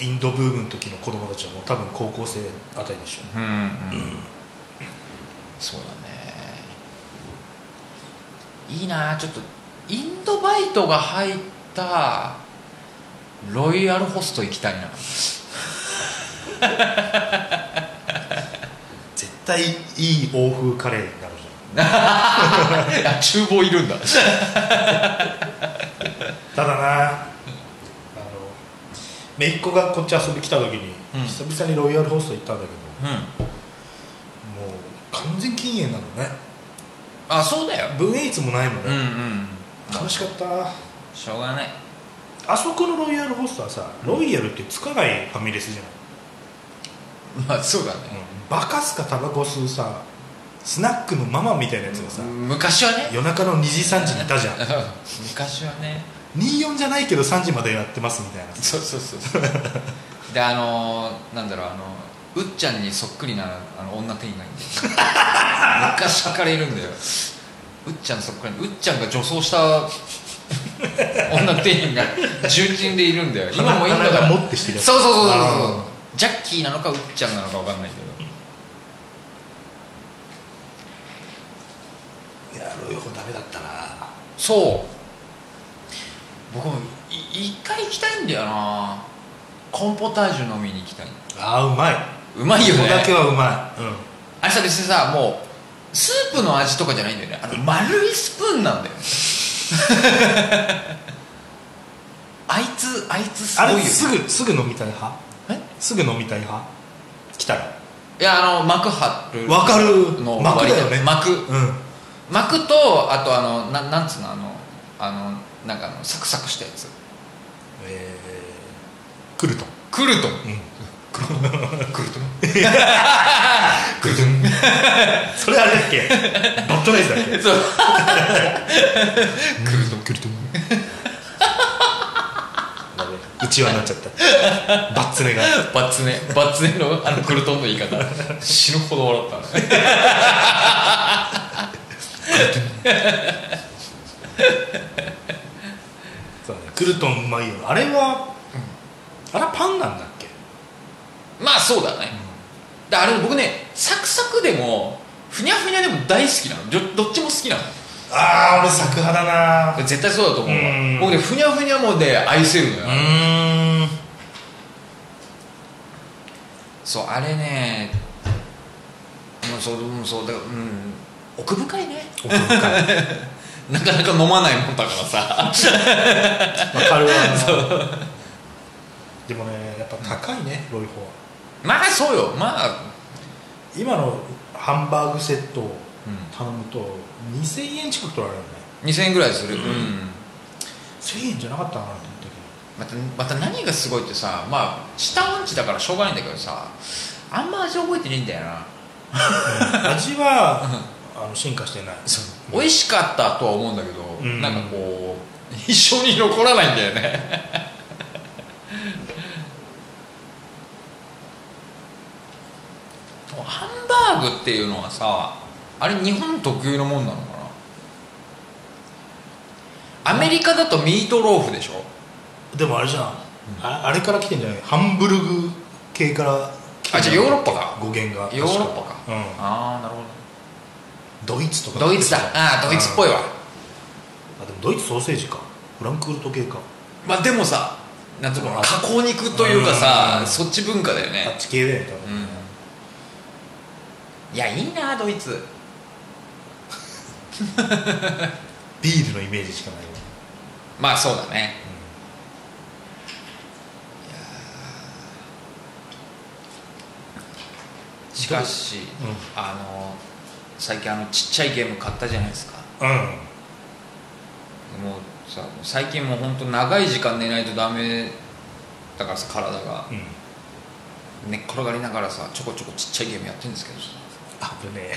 インドブームの時の子供たちはもう多分高校生あたりでしうょん、そうだねいいなちょっとインドバイトが入ったロイヤルホスト行きた いな絶対いい欧風カレーになるじあ厨房いるんだゃんただなあの姪っ子がこっち遊び来た時に、うん久々にロイヤルホスト行ったんだけうんどもう完全禁煙なのねあそうだよ分煙率もないもんうんうね、ん楽しかったしょうがないあそこのロイヤルホストはさロイヤルってつかないファミレスじゃない、まあそうだねバカすかタバコ吸うさスナックのママみたいなやつがさ、昔はね夜中の2時3時にいたじゃん昔はね24じゃないけど3時までやってますみたいなそうそうそうそうであのーなんだろうあのうっちゃんにそっくりなあの女店員がいるん だよ昔からいるんだようっちゃんそっくりなうっちゃんが女装した女店員が重鎮でいるんだよ今もいいんだから 鼻が持ってしてるやつそうそうそうそうそうあジャッキーなのかうっちゃんなのか分かんないけどいやロイホダメだったなそう僕もい一回行きたいんだよなコーンポタージュ飲みに行きたいあーうまいうまいよねここだけはうまい、うん、あれさ別にさもうスープの味とかじゃないんだよねあの丸いスプーンなんだよ あいつあいつすごいあよ、れね、すぐすぐ飲みたい派えすぐ飲みたい派来たらいやあの幕張るわかるの幕だよね幕うん幕とあとあのななんつうのあのあのなんかあのサクサクしたやつえー、クルトンクルトン クルトンクルトン それあれだっけドットレースだっけそうクルトンクルトンうちわになっちゃったバッツネがバッツネバッツネのあのクルトンの言い方死ぬほど笑ったねそうねクルトンうまいよあれは、あれはパンなんだっけまあそうだね、だからあれ僕ねサクサクでもふにゃふにゃでも大好きなのどどっちも好きなのああ俺作派だな絶対そうだと思うわうん僕ねふにゃふにゃもね愛せるのよ、うーんそうあれねうんそううんそうだうん奥深いね奥深い、まあ、なかなか飲まないもんだからさ 彼はでもねやっぱ高いね、ロイホはまあそうよまあ今のハンバーグセットをん頼むと2000円近く取られるね2000円ぐらいするうん、 1000円じゃなかったかなと思ったけどまたまた何がすごいってさまあ下音痴だからしょうがないんだけどさあんま味覚えてねえんだよな味はあの進化してない美味しかったとは思うんだけど、んなんかこう一緒に残らないんだよね ハンバーグっていうのはさあれ日本特有のもんなのかなアメリカだとミートローフでしょでもあれじゃん、ああれから来てんじゃないハンブルグ系から来てあんじじゃゃあないヨーロッパか語源がヨーロッパか確うんああなるほドイツとかドイツだああドイツっぽい、いわ、うんあでもドイツソーセージかフランクフルト系かまあでもさなんつうのう加ん工肉というかさ、うんそっち文化だよねあっち系だよね多分、うんいやいいなドイツビールのイメージしかないわまあそうだね、いやーしかし、うんあの最近あのちっちゃいゲーム買ったじゃないですかうんもうさ最近もう本当長い時間寝ないとダメだからさ体がうん寝っ転がりながらさちょこちょこちっちゃいゲームやってるんですけどさ危ね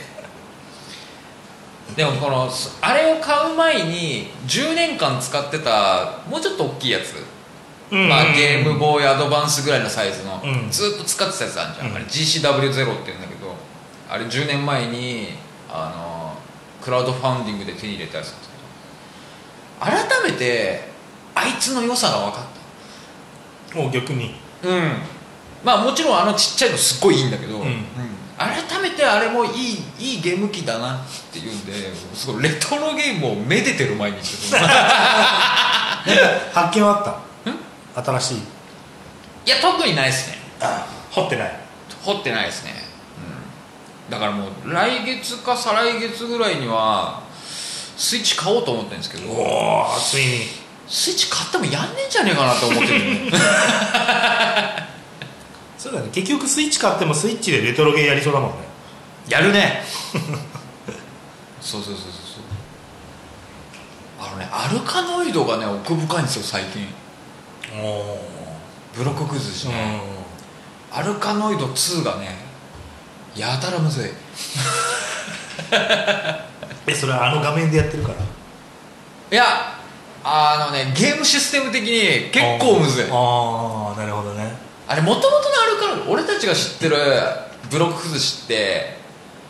でもこのすあれを買う前に10年間使ってたもうちょっと大きいやつ、え、うんまあ、ゲームボーイアドバンスぐらいのサイズの、うんずっと使ってたやつあるじゃん、うんあれ GCW0 って言うんだけどあれ10年前にあのクラウドファウンディングで手に入れたやつなんですけど改めてあいつの良さが分かっもう逆にたうんまあもちろんあのちっちゃいのすっごいいいんだけど、うん改めてあれもいいいいゲーム機だなっていうんでもうすごいレトロゲームをめでてる毎日 ですよ発見はあった新しいいや特にないですねあ掘ってない掘ってないですね、うん、だからもう来月か再来月ぐらいにはスイッチ買おうと思ってるんですけどおおついにスイッチ買ってもやんねえんじゃねえかなと思ってるそうだね結局スイッチ買ってもスイッチでレトロゲーやりそうだもんねやるねそうそうそうそうそうあのねアルカノイドがね奥深いんですよ最近おおブロック崩しうね、んアルカノイド2がねやたらむずいえそれはあの画面でやってるからいやあのねゲームシステム的に結構むずいああなるほどねあれもともとのアルカノイド俺たちが知ってるブロック崩しって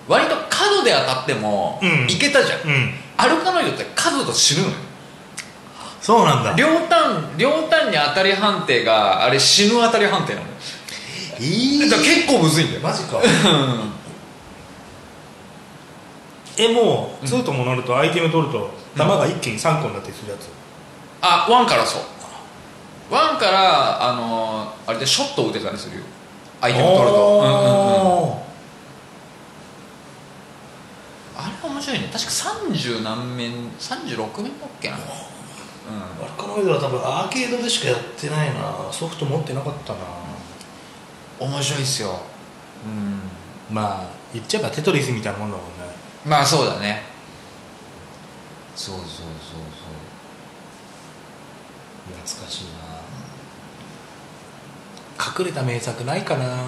割と角で当たってもうんいけたじゃん、うんアルカノイドって角と死ぬのよそうなんだ両端両端に当たり判定があれ死ぬ当たり判定なのよえーだから結構むずいんだよマジかえもう2ともなるとアイテム取ると弾が一気に3個になってするやつあワンからそうワンからあのーあれでショットを打てたりするよ相手を取ると、うんうんうん、おあれ面白いね確か30何面36面だっけなうんーアルカノイドは多分アーケードでしかやってないなソフト持ってなかったな面白いっすようんまあ言っちゃえばテトリスみたいなもんだもんねまあそうだねそうそうそうそう懐かしいな隠れた名作ないかな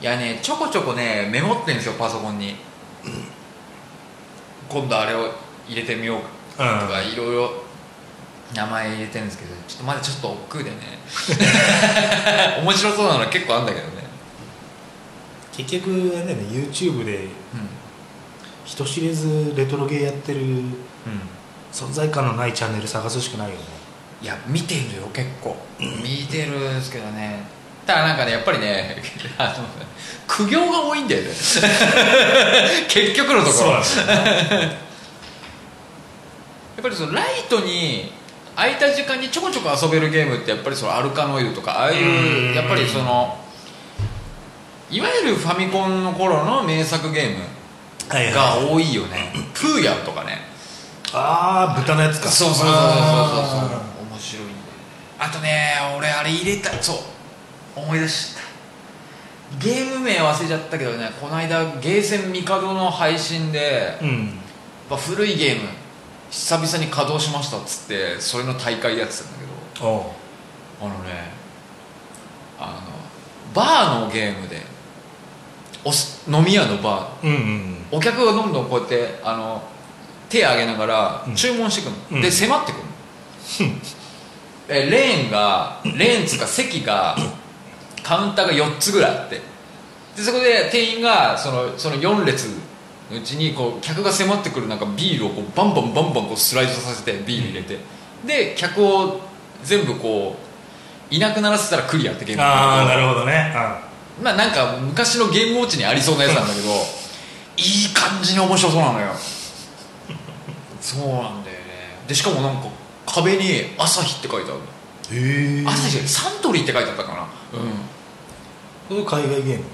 いやねちょこちょこねメモってんですよパソコン に、今度あれを入れてみようかとかいろいろ名前入れてるんですけどちょっとまだちょっと億 劫でね面白そうなの結構あんだけどね、結局あれだよね YouTube でう人知れずレトロゲーやってるんうん、存在感のないチャンネル探すしかないよねいや見てるよ結構見てるんですけどねただなんかねやっぱりね あの苦行が多いんだよね 結局のところやっそうなんだよぱりそのライトに空いた時間にちょこちょこ遊べるゲームってやっぱりそのアルカノイドとかああいううんやっぱりそのいわゆるファミコンの頃の名作ゲームはいはいが多いよねプーヤンとかねああ豚のやつかそうそうそうそうそうあそう面白いんだよねあとね俺あれ入れたそう思い出したゲーム名忘れちゃったけどねこの間ゲーセン帝の配信でーうんまあ古いゲーム久々に稼働しましたっつってそれの大会やってたんだけどおうあのねあのバーのゲームでおす飲み屋のバーうんうんお客がどんどんこうやってあの手上げながらうん注文してくの、うんで迫ってくの、えレーンがレーンっつうか席がカウンターが4つぐらいあってでそこで店員がそのその4列のうちにこう客が迫ってくる中ビールをこうバンバンバンバンこうスライドさせてビール入れて、で客を全部こういなくならせたらクリアってゲームああなるるほどねあまあなんか昔のゲームウォッチにありそうなやつなんだけど いい感じに面白そうなのよ そうなんだよねでしかもなんか壁に「朝日」って書いてあるへえ朝日じゃないサントリーって書いてあったかなうん海外ゲーム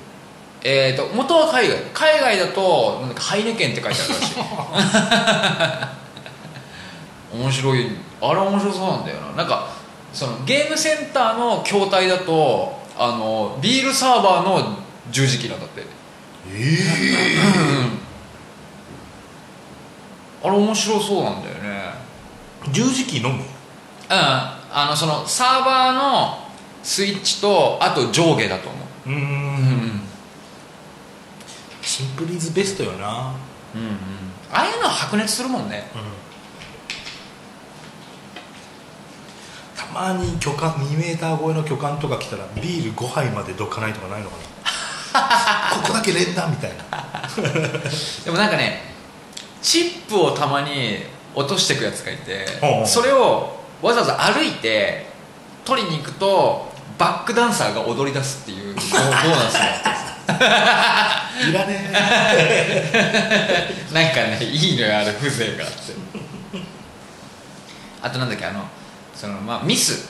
えー、と元は海外海外だとなんだっけハイネケンって書いてあるらしい 面白いあれ面白そうなんだよななんかそのゲームセンターの筐体だとあのビールサーバーの十字キーなんだってええあれ面白そうなんだよね十字キー飲むうんあのそのサーバーのスイッチとあと上下だと思ううーうんシンプルイズベストよなうんうんああいうのは白熱するもんねたまに巨漢2メーター超えの巨漢とか来たらビール5杯までどかないとかない のかなここだけ連打みたいなでもなんかねチップをたまに落としてくやつがいておうおうそれをわざわざ歩いて取りに行くとバックダンサーが踊り出すって いうボーナスがあってさいらね なんかねいいのよあれ風情があってあとなんだっけあのその、まあ、ミス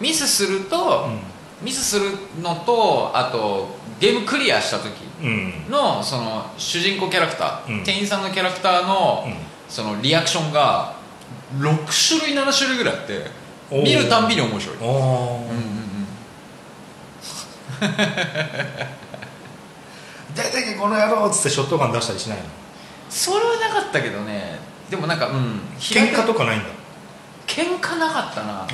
ミスすると、ミスするのとあとゲームクリアした時うんうんのその主人公キャラクター、うん店員さんのキャラクターの、そのリアクションが6種類7種類ぐらいあっておー見るたんびに面白い、うんうんおーうん、出てけこの野郎っつってショットガン出したりしないのそれはなかったけどねでもなんかうん喧嘩ととかないんだ喧嘩なかったなあ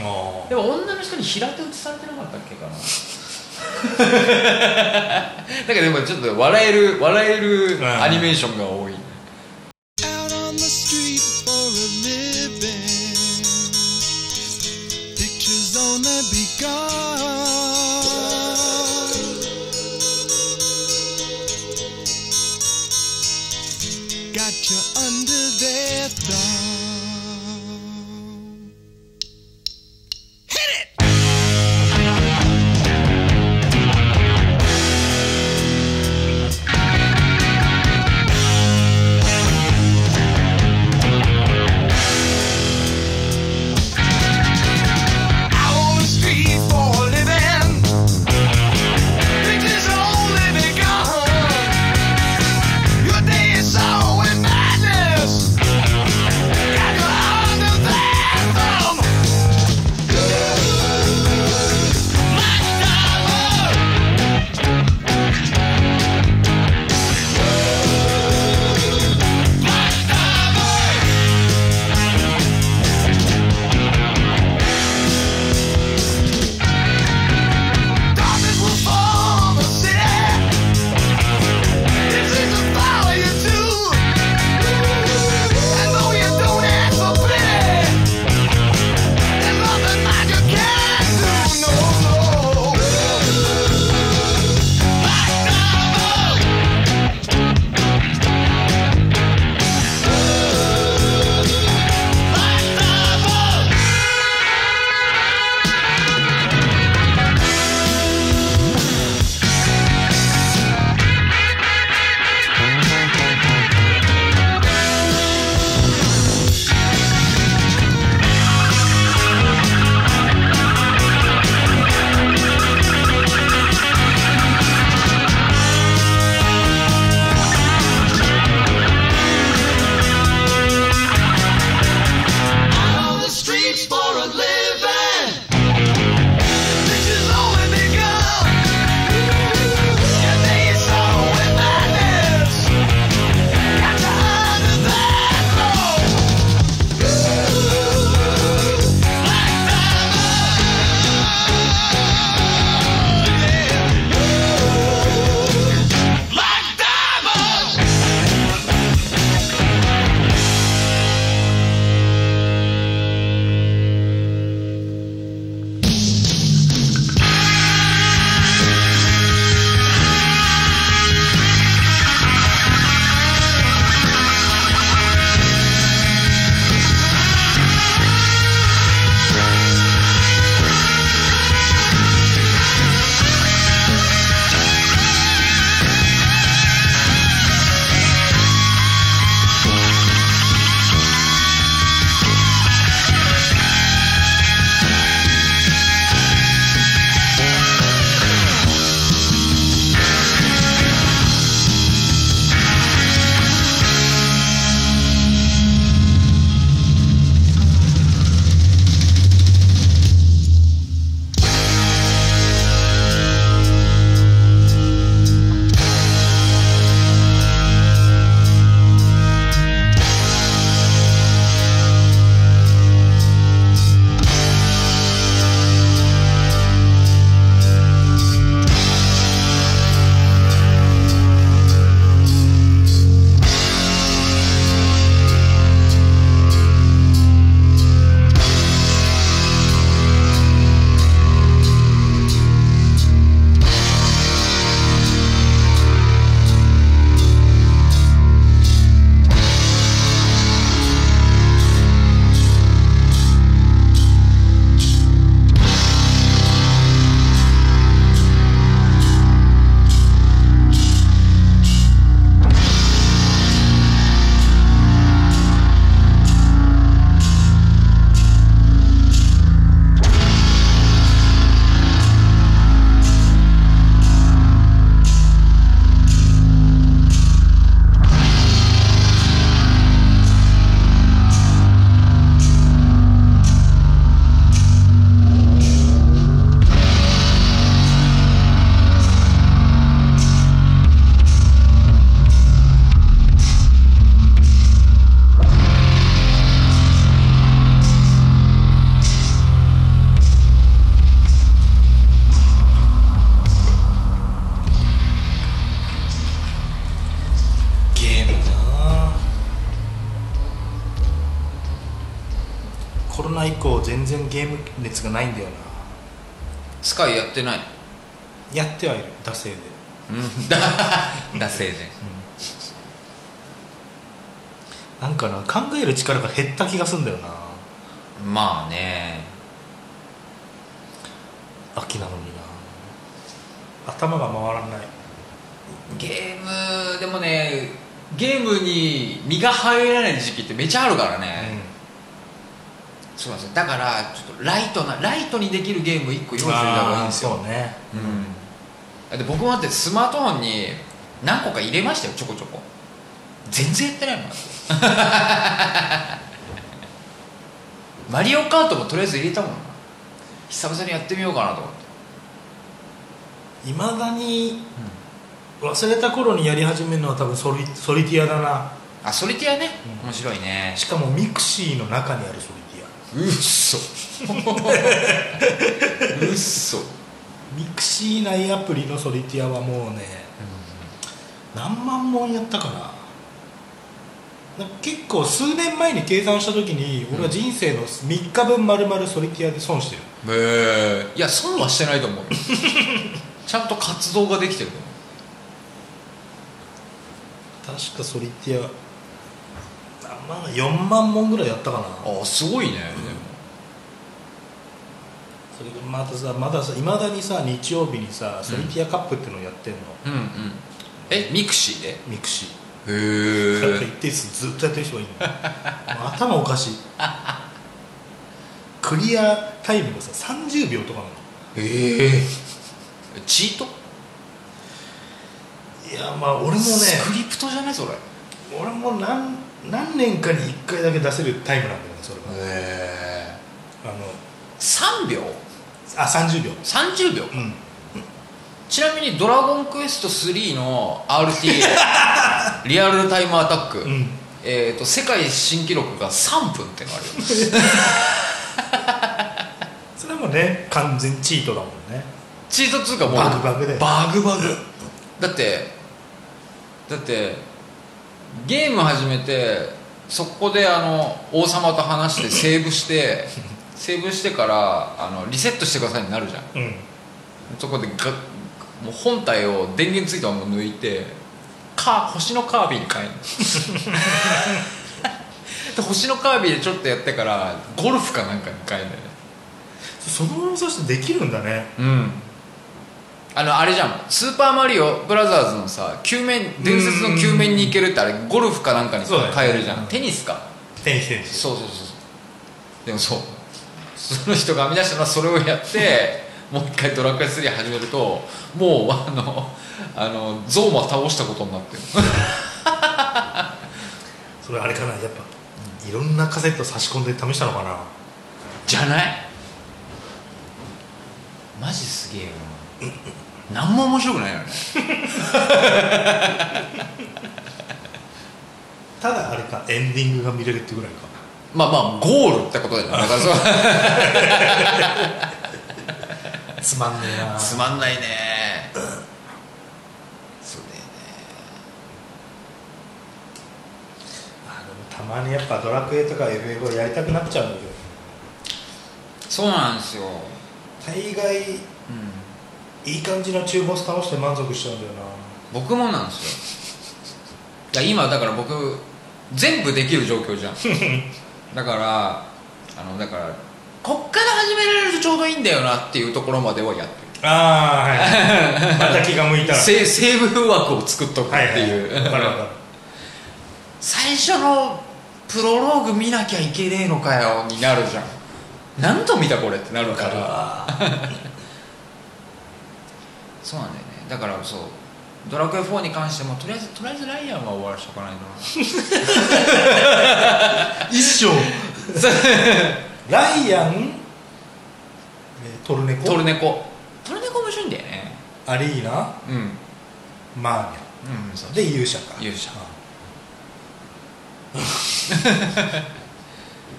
でも女の人に平手打ちされてなかったっけかな だけどでもちょっと笑える笑えうんるアニメーションが多い、 out on the street for a living. Pictures only begun. Got you under their thumb. Your day is so inviting. ナ以降全然ゲーム熱がないんだよなスカイやってないやってはいる惰性でうん だ惰性でなんかな考える力が減った気がすんだよなまあね秋なのにな頭が回らないゲームでもねゲームに身が入らない時期ってめちゃあるからね、そうなんですよだからちょっとライトなライトにできるゲーム1個用意する方がいいんですあーよそうねうんだって僕もだってスマートフォンに何個か入れましたよちょこちょこ全然やってないもん マリオカートもとりあえず入れたもんな久々にやってみようかなと思っていまだに忘れた頃にやり始めるのは多分ソリソリティアだなあソリティアねうん面白いねしかもミクシーの中にあるソリティアうっそうっそミクシー内アプリのソリティアはもうね、何万本やったかななんか結構数年前に計算した時に俺は人生の3日分丸々ソリティアで損してるへえいや損はしてないと思 うよちゃんと活動ができてると思う確かソリティア何万4万本ぐらいやったかなああすごいね、それがまたさまださいまだにさ日曜日にさソリティアカップっていうのをやってんの、でもうんうんえミクシーでへミクシーなんえか一定数ずっとやってる人がいるのもう頭おかしいクリアタイムがさ30秒とかなのええチートいやまあ俺もねスクリプトじゃないそれへ俺も何何年かに1回だけ出せるタイムなんだよねそれはえあの3秒あ30秒30秒うんちなみに「ドラゴンクエスト3」の RTA リアルタイムアタック、うんえー、と世界新記録が3分ってのあるよそれはもうね完全チートだもんねチートっつうかもうバグバグだよバグバグだってだってゲーム始めてそこであの王様と話してセーブしてセーブしてからあのリセットしてくださいになるじゃんうんそこでガもう本体を電源ついたまま抜いてカー星のカービィに変え るで星のカービィでちょっとやってからゴルフかなんかに変えるんだよねそのままさしてできるんだねうんあのあれじゃん「スーパーマリオブラザーズ」のさ球面伝説の球面に行けるってあれゴルフかなんかにそうだよ変えるじゃん、うんテニスかテニステニスそうそうそうそうでもそうその人が編み出したのはそれをや ってもう一回「ドラクエ3」始めるともうあのあのゾウも倒したことになってるそれあれかなやっぱ、いろんなカセット差し込んで試したのかなじゃないマジすげえよな 何も面白くないよねただあれかエンディングが見れるってぐらいかまあまあゴールってことだよねだからそう つまんねえなつまんないねそうだよねあでもたまにやっぱドラクエとか FF をやりたくなっちゃうんだけどそうなんですよ、大概うん、いい感じの中ボス倒して満足しちゃうんだよな僕もなんですよいや今だから僕全部できる状況じゃ んだからあのだからこっから始められるとちょうどいいんだよなっていうところまではやってるああはい また気が向いたらセセーブ枠を作っとくってはいはいいう、わかるわかる 最初のプロローグ見なきゃいけねえのかよになるじゃん何度見たこれってなるわかからるわそうなんだよねだからそうドラクエ4に関してもとりあえずとりあえずライアンは終わらしとかないとな一 生ライアンえートルネコトルネコトルネコ面白いんだよねアリーナうんマーニうんそうャで勇者か勇者う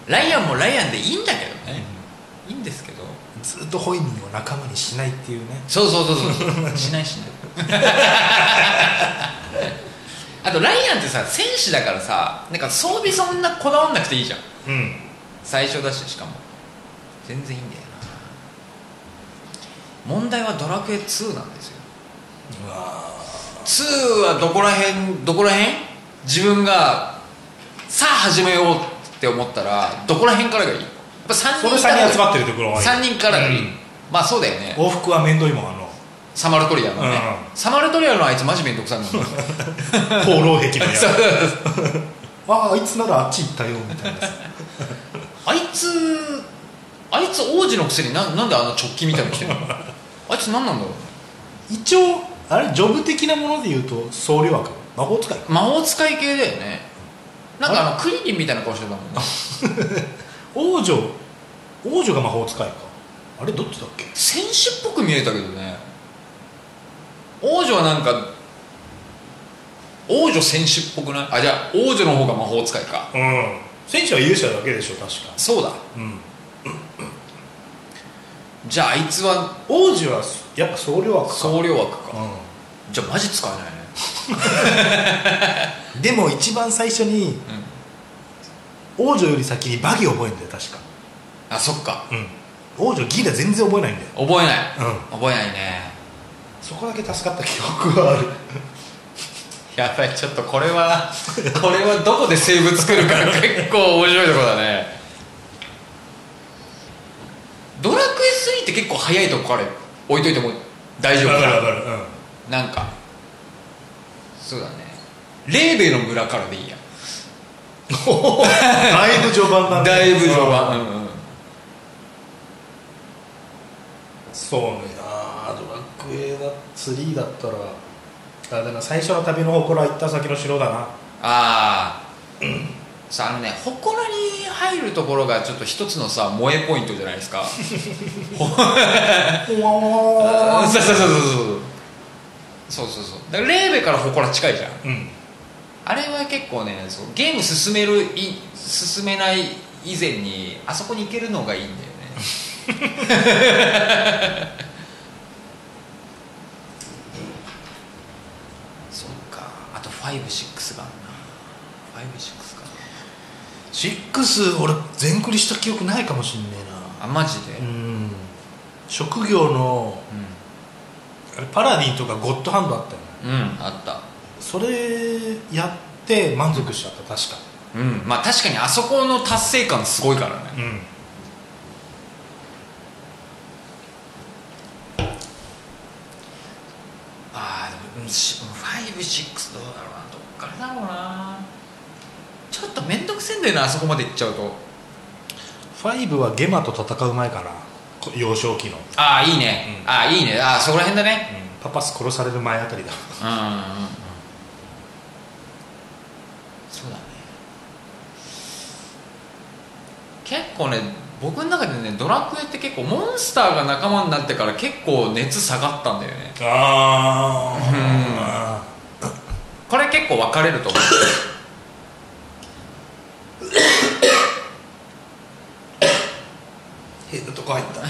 ライアンもライアンでいいんだけどねんいいんですけどずっとホイミンを仲間にしないっていうねそうそうそうそうしないし ないあとライアンってさ戦士だからさなんか装備そんなこだわんなくていいじゃんうん最初だししかも全然いいんだよな問題は「ドラクエ2」なんですようわ2はどこら辺どこら辺自分がさあ始めようって思ったらどこら辺からがいいやっぱ3そ人の3人集まってるところはいい3人からがいい、うんまあそうだよね往復は面倒いもん あのサマルトリアのね、うサマルトリアのあいつマジめんどくさいもんそう放浪壁のやつそうそうああいつならあっち行ったよみたい なさ あいつあいつ王子のくせにななんであの直帰みたいにしてるのあいつ何なんだろうね一応あれジョブ的なもので言うと僧侶枠魔法使い魔法使い系だよねなんかあのクリリンみたいな顔してたもんね王女王女が魔法使いかあれどっちだっけ戦士っぽく見えたけどね王女はなんか王女戦士っぽくないあじゃあ王女の方が魔法使いかうん戦士は勇者だけでしょ確かそうだうんじゃああいつは王子はやっぱ僧侶枠か僧侶枠かうじゃあマジ使えないねんでも一番最初に、王女より先にバギー覚えるんだよ確かあそっかうん王女ギーダ全然覚えないんだよ覚えない、う覚えないねそこだけ助かった記憶はあるやばいちょっとこれは これはどこでセーブ作るか結構面白いところだねドラクエ3って結構早いとこから置いといても大丈夫わかかるわなかるうんなんかそうだねレーベの村からでいいやだいぶ序盤な んだいぶ序盤、うんうんそうねあードラクエだ3だったらあだから最初の旅の祠行った先の城だなああ、さああのね祠に入るところがちょっと一つのさ萌えポイントじゃないですかあーそうそうそうそうそうそうそうだからレーベから祠近いじゃんうんあれは結構ねそうゲーム進めるい進めない以前にあそこに行けるのがいいんだよね そっかあと56があるな56か6俺全クリした記憶ないかもしんねあマジで、えなうん職業のうあれパラディンとかゴッドハンドあったよねん、うん、あったそれやって満足しちゃった確かうんまあ確かにあそこの達成感すごいからねうんああでも56どうだろうなどっからだろうなちょっと面倒くせえんだよなあそこまで行っちゃうと5はゲマと戦う前かなこ幼少期の、うんああいいね、うああいいねああそこら辺だねパパス殺される前あたりだうんうんうんそうだね結構ね僕の中でねドラクエって結構モンスターが仲間になってから結構熱下がったんだよねああこれ結構分かれると思う変なとこ入った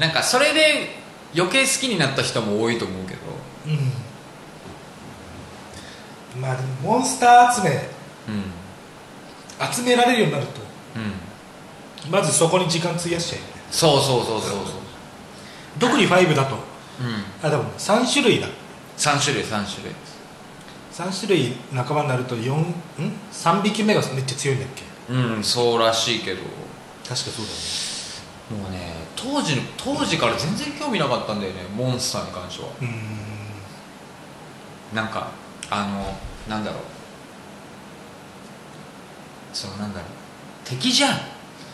なんかそれで余計好きになった人も多いと思うけどうんまあでもモンスター集めうん集められるようになるとうんまずそこに時間費やしちゃうよねそうそうそうそうそう特に5だとうんあでも3種類だ3種類3種類3種類仲間になると4ん3匹目がめっちゃ強いんだっけうんそうらしいけど確かそうだもよねうね当時当時から全然興味なかったんだよねモンスターに関してはうーんなんかあのなんだろうそのなんだろう敵じゃん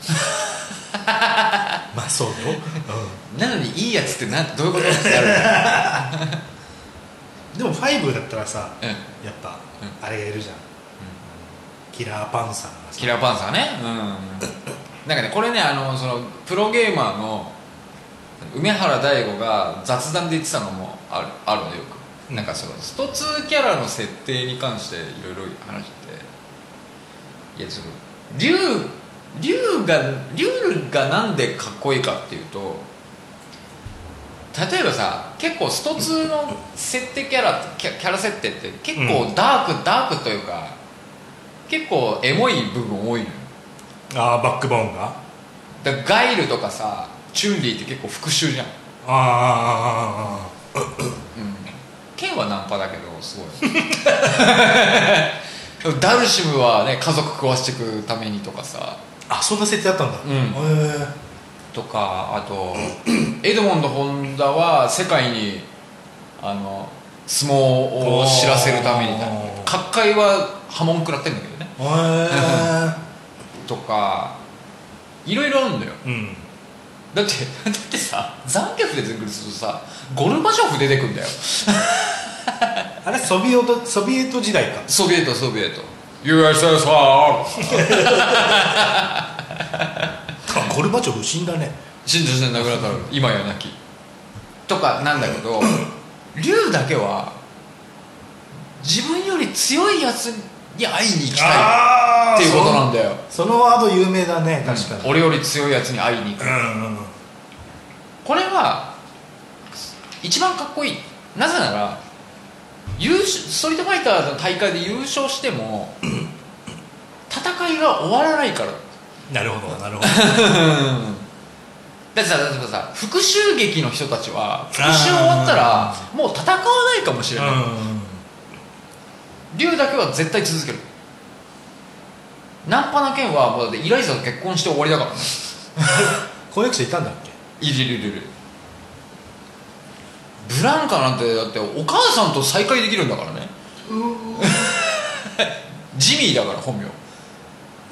まあそうよ、なのにいいやつってなんどういうことってなるうん、でも5だったらさ うんやっぱ、うあれがいるじゃん、キラーパンサーがさキラーパンサーねうんなんかねこれねあのそのプロゲーマーの梅原大悟が雑談で言ってたのもあるあるのよく、うんなんかそのスト2キャラの設定に関していろいろ話していやその竜竜が竜がなんでかっこいいかっていうと例えばさ結構スト2の設定キャラキャキャラ設定って結構ダーク、ダークというか結構エモい部分多いのよああバックボーンがだからガイルとかさチュンリーって結構復讐じゃんああケンはナンパだけど すごいダルシムはね家族食わしていくためにとかさあああそんな設定あったんだ、うんへえとかあ とエドモンド・ホンダは世界にあの相撲を知らせるためにおー各界は波紋食らってんだけどねへえとかいろいろあるんだようんだってだってさ残虐で出てくるとさゴルバチョフ出てくんだよあれソビエトソビエト時代かソビエトソビエト USSR ゴルバチョフ死んだね新庄さん亡くなったの今やなきとかなんだけ ど龍だけは自分より強いやつに会いに行きたいあっーていうことなんだよそのワード有名だね確かに俺より強いやつに会いに行くうんうんこれは一番かっこいいなぜなら優勝ストリートファイターズの大会で優勝しても 戦いが終わらないからなるほどなるほどだってさ例えばさ復讐劇の人たちは復讐終わったらもう戦わないかもしれない龍だけは絶対続けるナンパな件はもうだってイライザと結婚して終わりだからね婚約者いたんだっけいるいるいるいるブランカなんてだってお母さんと再会できるんだからねジミーだから本名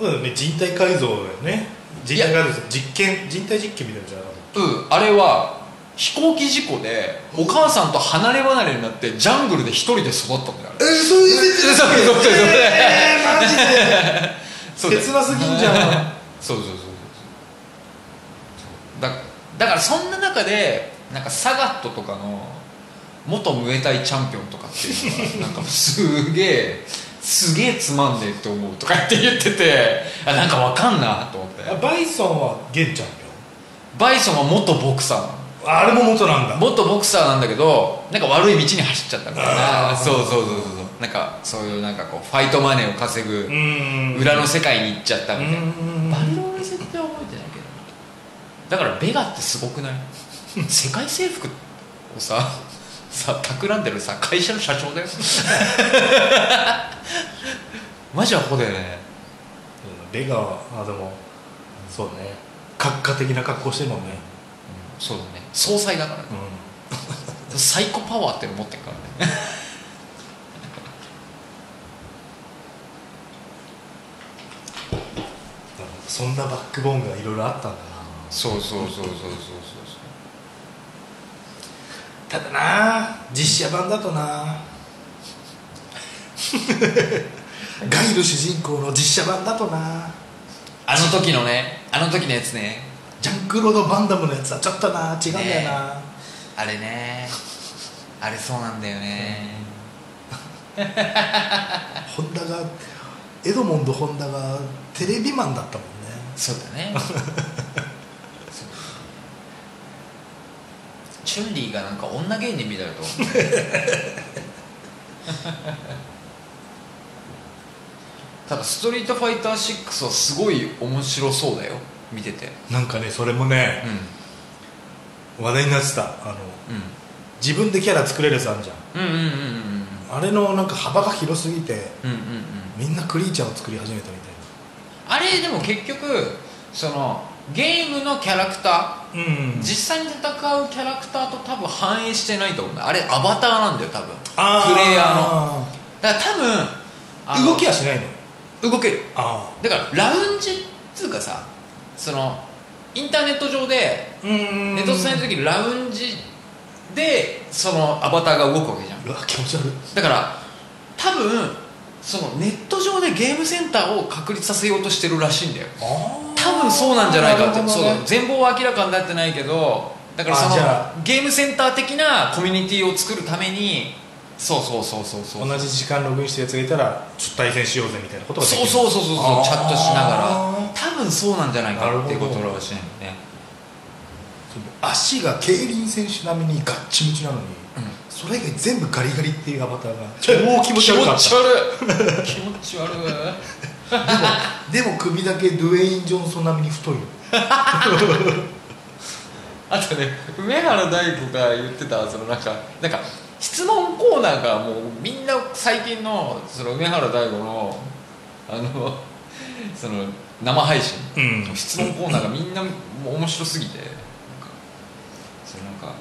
うんね人体改造だよね人体改造実験人体実験みたいなのじゃなかっうんあれは飛行機事故でお母さんと離れ離れになってジャングルで一人で育ったんだよあれたえそういう設そうそうそうそうえーマジでそうだよ切なすぎんじゃん そうそうそうそうだだからそんな中でなんかサガットとかの元ムエタイチャンピオンとかっていう のはなんかすげえすげえつまんねえって思うとかって言っててあなんかわかんなと思ってあバイソンは現チャンピバイソンは元ボクサーなのオンあれも元なんだ元ボクサーなんだけどなんか悪い道に走っちゃったみたいあーなそうそうそうそうそうなんかそういうなんかこうファイトマネーを稼ぐん裏の世界に行っちゃったうみたいなバんリロレ絶対覚えてないけどだからベガってすごくない 世界征服をさ さ企んでるさ会社の社長だよ マジアホだよねレガはあでもそうね閣下的な格好してるもんねそうだね総裁だからねうサイコパワーって思ってるからねんそんなバックボーンがいろいろあったんだなそうそうそうそうそうそうただな実写版だとな ガイル主人公の実写版だとなあの時のねあの時のやつねジャンクロード・バンダムのやつはちょっとな違うんだよな、あれねあれそうなんだよね、ホンダがエドモンド・ホンダがテレビマンだったもんねそうだねそうチュンリーがなんか女芸人みたいだとただ「ストリートファイター6」はすごい面白そうだよ見ててなんかねそれもうんね話題になってたあの自分でキャラ作れるやつあるじゃんうんうんうんうんあれのなんか幅が広すぎてうんうんうんうんみんなクリーチャーを作り始めたみあれでも結局そのゲームのキャラクタたいなうー実際に戦うキャラクターと多分反映してないと思うんだあれアバターなんだよ多分プレイヤーのだから多分あの動きはしないの動けるあだからラウンジっつうかさそのインターネット上であうんネットつないだ時にラウンジでそのアバターが動くわけじゃんうわ気持ち悪いだから多分そのネット上でゲームセンターを確立させようとしてるらしいんだよ多分そうなんじゃないかって、そうだ全貌は明らかになってないけどだからそあじゃのゲームセンター的なコミュニティを作るためにそうそうそうそうそう同じ時間ログインしてるやつがいたらちょっと対戦しようぜみたいなことができそうそうるそうそうそうチャットしながらあー多分そうなんじゃないかっていうことらしいんだよね足が競輪選手並みにガッチムチなのに、それ以外全部ガリガリっていうアバターが超気持ち悪かった気持ち悪い気持ち悪いでも 首だけドゥエイン・ジョンソン並みに太いのあとね梅原大子が言ってたそのなんかなんか質問コーナーがもうみんな最近のその梅原大子のあのその生配信うん質問コーナーがみんなもう面白すぎてなんかそれなんか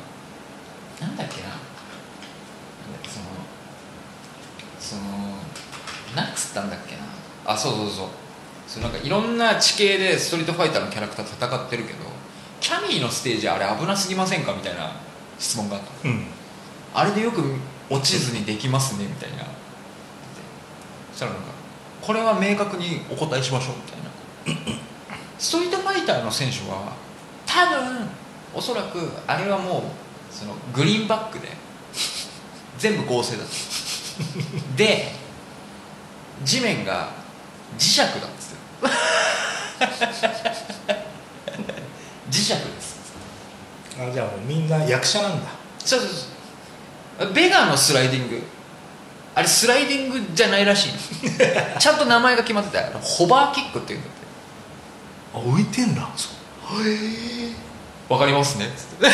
なんだっけななんだっけそのそのなんつったんだっけなあそうそうそうそうなんかいろんな地形でストリートファイターのキャラクター戦ってるけどキャミーのステージあれ危なすぎませんかみたいな質問があったうんあれでよく落ちずにできますねみたいなそしたらなんかこれは明確にお答えしましょうみたいなストリートファイターの選手は多分おそらくあれはもうそのグリーンバックで全部合成だったで地面が磁石だっつって磁石ですあじゃあもうみんな役者なんだそうそうそうベガのスライディングあれスライディングじゃないらしい ちゃんと名前が決まっててあのホバーキックっていうんだってあ浮いてんだそうへえわかりますねつって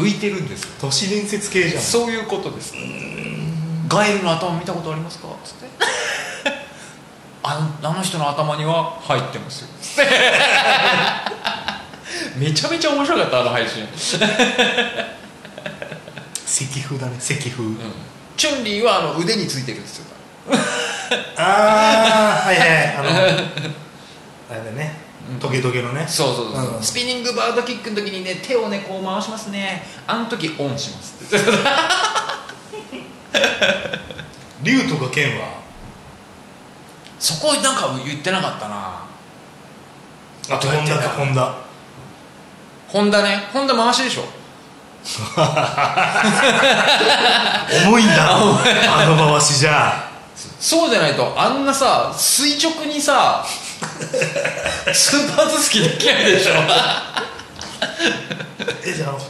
浮いてるんです都市伝説系じゃんそういうことですガエルの頭見たことありますかつって あのあの人の頭には入ってますよ めちゃめちゃ面白かったあの配信石風だね石風、チュンリーはあの腕についてるんですよああはいはいあのあれだねトゲトゲのねそうそうそう、うんスピニングバードキックの時にね手をねこう回しますねあの時オンしますって竜とか剣はそこなんか言ってなかったなあとどうやっホンてダやかるホンダ ホンダねホンダ回しでしょ重いんだあの回し じゃそうじゃないとあんなさ垂直に さスーパーズスキーできないで しょえじゃああの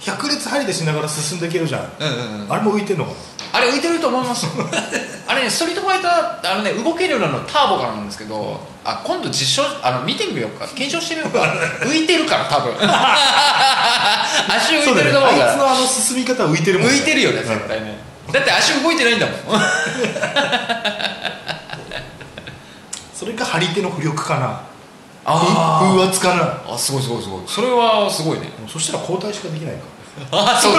百列針でしながら進んでいけるじゃん、うんうんうんあれも浮いてんのかなあれ浮いてると思いますよあれねストリートファイターあのね動けるようなのターボからなんですけどあ今度実証あの見てみようか検証してみよう か浮いてるから多分 足浮いてると思うあかいらつのあの進み方は浮いてるもん向いてるよねうん絶対ね、だって足動いてないんだもんそれか張り手の浮力かなあ風圧かなあすごいすごいすごいそれはすごいねもうそしたら交代しかできないかああそうだ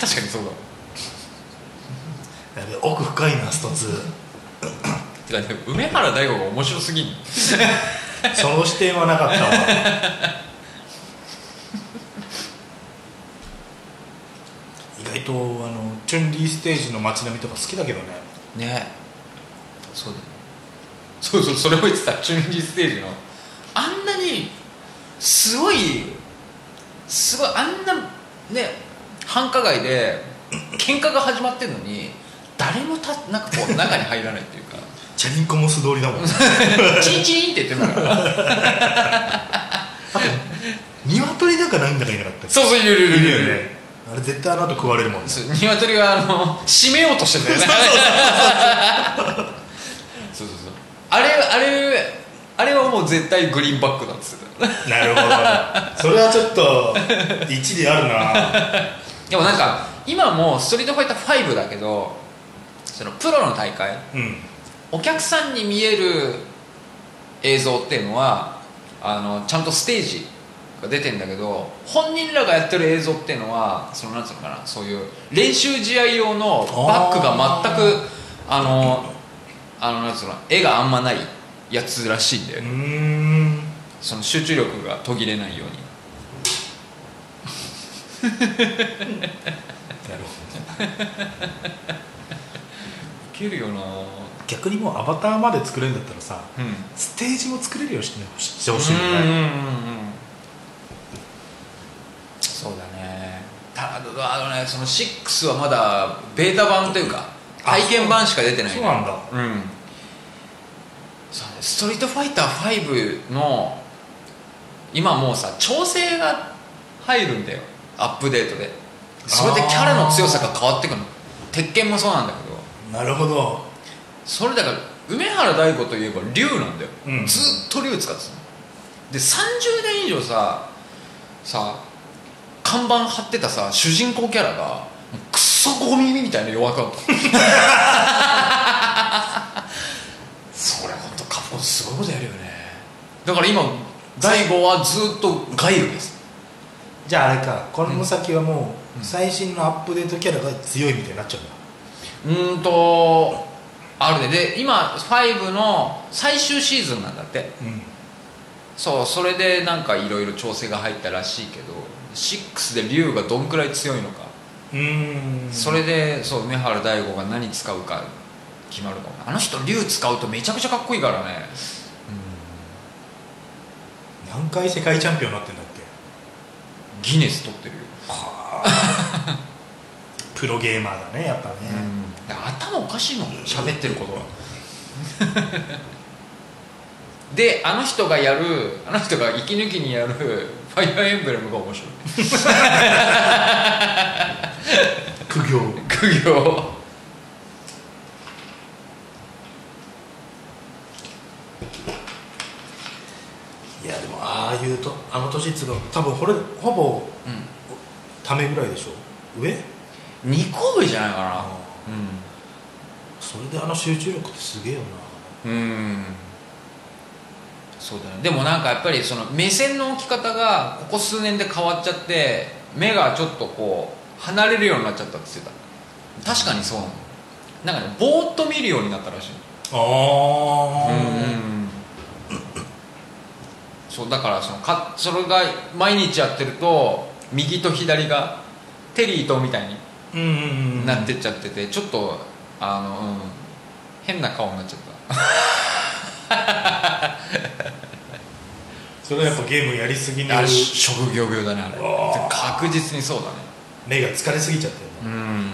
確かにそうだやべ奥深いなストツてかね梅原大吾が面白すぎんその視点はなかったわ 意外とあのチュンリーステージの街並みとか好きだけどねねそうだよそうそうそれも言ってたチュンリーステージのあんなにすごいすごいあんなね繁華街で喧嘩が始まってるのに誰もたなんかこう中に入らないっていうかチャリンコも素通りだ もんあチンチンって言ってるからと鶏だかなんだかいなかったっそうそういるいるけいいるるよねあれ絶対あの後食われるもんねそう鶏があの締めようとしてんだよね そうそうそうあれあれあれはもう絶対グリーンバックだっつってたなるほどそれはちょっと一理あるなでもなんか今もうストリートファイター5だけどそのプロの大会うんお客さんに見える映像っていうのはあのちゃんとステージが出てんだけど本人らがやってる映像っていうのはそのなんつうのかなそういう練習試合用のバックが全くあのあのなんつうの絵があんまないやつらしいんだようねーんその集中力が途切れないようにいなるほどけるよな逆にもうアバターまで作れるんだったらさうんステージも作れるようにしてほししてほしいようんうんうねんうんそうだねただあのねその6はまだベータ版というかあ体験版しか出てないねそうなんだうんそうねストリートファイター5の今もうさ調整が入るんだよアップデートでそれでキャラの強さが変わってくの鉄拳もそうなんだけどなるほどそれだから梅原大悟といえば龍なんだよ、うんずっと龍使ってたので30年以上ささ看板張ってたさ主人公キャラがもうクソゴミみたいな弱 かったそれ本当カプコンすごいことやるよねだから今大悟はずっとガイルですじゃああれかこの先はもう最新のアップデートキャラが強いみたいになっちゃうんだ、うーんとあるねで今5の最終シーズンなんだってうん、そうそれでなんかいろいろ調整が入ったらしいけど6で龍がどんくらい強いのか、うーんそれでそう梅原大悟が何使うか決まるかもあの人龍使うとめちゃくちゃかっこいいからね何回世界チャンピオンになってんだっけギネス取ってるよ、プロゲーマーだねやっぱね、で頭おかしいもん喋ってることが であの人がやるあの人が息抜きにやるファイアーエンブレムが面白い苦行苦行いやでもああいうとあの年っつうの多分これほぼうんためぐらいでしょ上2個上じゃないかなうんそれであの集中力ってすげえよなうんそうだねでもなんかやっぱりその目線の置き方がここ数年で変わっちゃって目がちょっとこう離れるようになっちゃったって言ってた確かにそうなのなんかねぼーっと見るようになったらしいあそうだからそのかそれが毎日やってると右と左がテリーとみたいにうんうんうんうんなってっちゃってて、ちょっとあの、うん、変な顔になっちゃったそれはやっぱゲームやりすぎによあるれ職業病だねあれうわー確実にそうだね目が疲れすぎちゃってるなうん